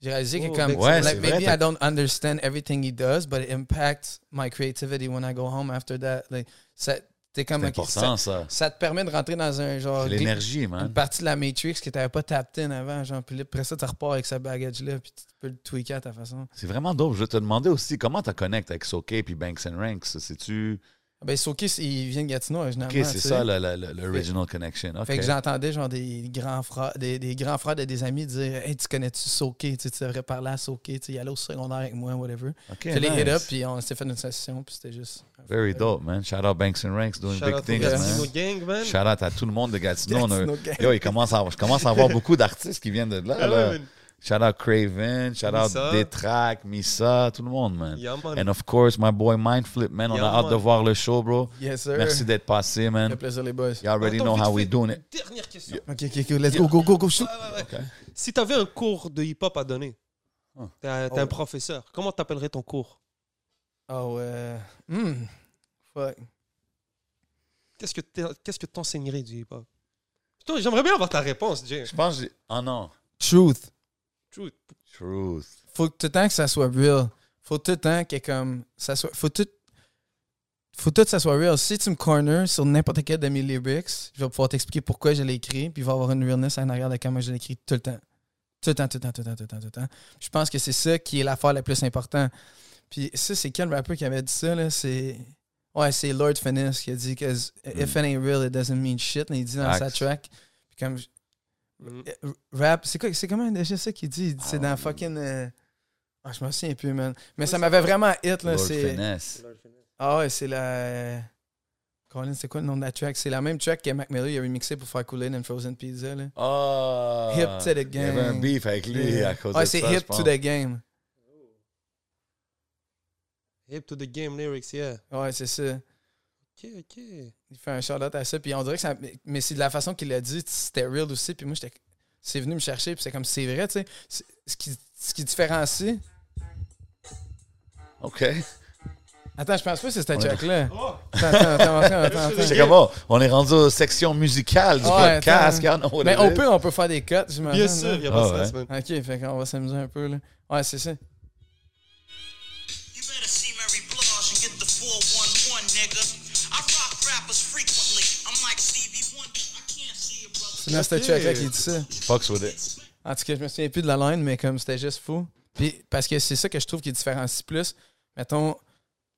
J'ai réalisé Oh, que comme big ben, Ouais, like, c'est vrai, maybe t'as- I don't understand everything he does, but it impacts my creativity when I go home after that. Like, ça, t'es comme C'est OK, ça, important, ça. ça te permet de rentrer dans un genre C'est l'énergie, une man. partie de la Matrix que t'avais pas tapped in avant, genre puis là, après ça tu repars avec ce baggage là puis tu peux le tweaker à ta façon. C'est vraiment dope. Je vais te demander aussi comment tu connectes avec Soke puis Banks and Ranks. C'est-tu. Ah Ben Soki il vient de Gatineau Ok, originalement. c'est tu sais. ça, le- le- le- l'original connection. Ok. Fait que j'entendais genre des grands frères, des, des grands frères de des amis dire Hey, tu connais-tu Soké? Tu sais, tu devrais parler à Soké, tu sais, il allait au secondaire avec moi, whatever. Ok, Je l'ai hit up, nice. puis on s'est fait une session, puis c'était juste. Very dope, man. Shout out Banks and Ranks doing Shout big out au things, Gatineau man. Gang, man. Shout out à tout le monde de Gatineau. On a- Gatineau gang. Yo, il commence à, je commence à avoir beaucoup d'artistes qui viennent de là. Ah là. ouais, man. Shout out Craven, shout out Missa. Detrack, Missa, tout le monde, man. Yeah, man. And of course, my boy Mindflip, man. On Yeah, a hâte man. de voir le show, bro. Yes, sir. Merci d'être passé, Le man. plaisir, les boys. You already Attends, know vite how we fait, doing it. Dernière question. Ok, ok, ok, let's go, go, go, go, shoot. Ouais, ouais, ouais. Si tu avais un cours de hip-hop à donner, Ah. t'es un, t'es un professeur, comment t'appellerais ton cours Oh, euh. hmm, Fuck. Qu'est-ce que t'es- qu'est-ce que t'enseignerais du hip-hop Toi, J'aimerais bien avoir ta réponse, Jay. Je pense que j'ai- Oh non. Truth. Truth. Truth. Faut tout le temps que ça soit real. Faut tout le temps que, comme, ça soit. Faut tout. Faut tout que ça soit real. Si tu me corners sur n'importe quel de mes lyrics, je vais pouvoir t'expliquer pourquoi je l'ai écrit, puis il va y avoir une realness en arrière de comment je l'ai écrit tout le temps. Tout le temps, tout le temps, tout le temps, tout le temps, tout le temps. Je pense que c'est ça qui est l'affaire la plus importante. Puis ça, c'est quel rappeur qui avait dit ça, là? C'est... Ouais, c'est Lord Finesse qui a dit que « If it ain't real, it doesn't mean shit », il dit dans sa Facts. track. Puis comme... je- Mm. Mm-hmm. euh, Rap, c'est quoi, c'est comment déjà ça qu'il dit? Il dit, C'est Ah, dans ouais. fucking... euh, Ah, je m'en souviens plus, man. Mais ça m'avait vraiment hit, là. Lord c'est... Finesse. Ah ouais, c'est la... Colin, c'est quoi le nom de la track? C'est la même track que Mac Miller il a remixé pour faire Kool-Aid and Frozen Pizza, là. Ah. Hip to the Il y avait un game. beef avec lui à cause Euh, ouais, de ça, c'est je Hip pense. to the Game. Hip to the game lyrics, yeah. Ouais, c'est ça. Ok, ok. Il fait un shout-out à ça. Puis on dirait que ça. mais- Mais c'est de la façon qu'il l'a dit, c'était real aussi. Puis moi, j'étais. C'est venu me chercher. Puis c'est comme, c'est vrai, tu sais. C'est- Ce qui, ce qui différencie. OK. Attends, je pense pas que c'est On cette est- track-là. Oh! Attends, attends, attends, attends. attends. C'est comme, oh, on est rendu aux sections musicales du Ouais, podcast. attends. regarde, what Mais it on is. peut, on peut faire des cuts, Bien j'imagine. là. sûr, il n'y a Ah pas de ouais. stress, man. Ok, fait qu'on va s'amuser un peu, là. Ouais, c'est ça. You better see Mary Blige and get the 411, nigga. I rock rappers frequently. I'm like Stevie Wonder. I can't see it, brother. C'est dans cette track-là qu'il dit ça. Fucks with it. En tout cas, je me souviens plus de la line, mais comme c'était juste fou. Puis, parce que c'est ça que je trouve qui différencie plus, mettons,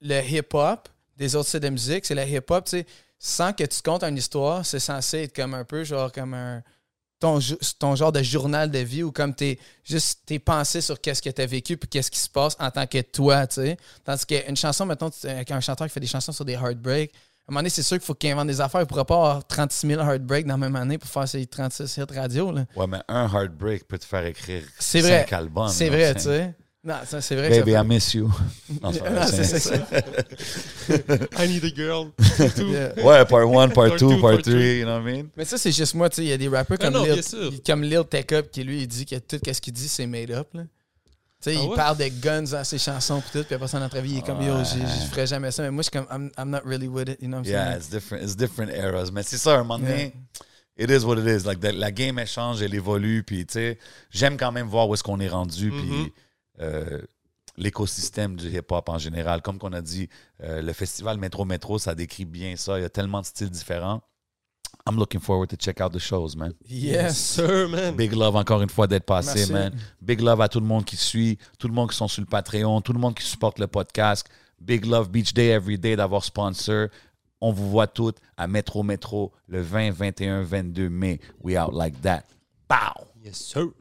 le hip-hop des autres styles de musique. C'est le hip-hop, tu sais, sans que tu comptes une histoire, c'est censé être comme un peu genre comme un. Ton, ju- ton genre de journal de vie ou comme tes juste tes pensées sur qu'est-ce que tu as vécu puis qu'est-ce qui se passe en tant que toi, tu sais. Tandis qu'une chanson, mettons, tu- euh, qu'un chanteur qui fait des chansons sur des heartbreaks, à un moment donné, c'est sûr qu'il faut qu'il invente des affaires. Il ne pourra pas avoir 36 000 heartbreaks dans la même année pour faire ses 36 hits radio, là. Ouais, mais un heartbreak peut te faire écrire C'est vrai. cinq albums. C'est là, vrai, cinq- tu sais. Non, ça, c'est vrai. Baby, que I miss you. Non, c'est pas vrai, Non, c'est c'est- ça. I need a girl. ça- Yeah. Ouais, part 1, part Part 2, two, part part 3, you know what I mean? Mais ça, c'est juste moi, tu sais. Il y a des rappeurs Ah comme, non, bien Lil, sûr. comme Lil Tech Up qui, lui, il dit que tout ce qu'il dit, c'est made up. là. Tu sais, Ah il ouais? parle des guns dans ses chansons, puis tout. Puis après, son entrevue, il est comme, yo, j'ai- je Ouais. ferais jamais ça. Mais moi, je suis comme, I'm, I'm not really with it, you know what I'm Yeah, saying? it's different, it's different eras. Mais c'est ça, un moment donné, It is what it is. Like, the- la game, elle change, elle évolue. Puis, tu sais, j'aime quand même voir où est-ce qu'on est rendu. Mhm. Puis, euh, l'écosystème du hip-hop en général. Comme qu'on a dit, euh, le festival Metro Metro, ça décrit bien ça. Il y a tellement de styles différents. I'm looking forward to check out the shows, man. Yes, Yes. sir, man. Big love encore une fois d'être passé, Merci. man. Big love à tout le monde qui suit, tout le monde qui sont sur le Patreon, tout le monde qui supporte le podcast. Big love Beach Day every day d'avoir sponsor. On vous voit toutes à Metro Metro le 20, 21, 22 mai. We out like that. Pow! Yes, sir.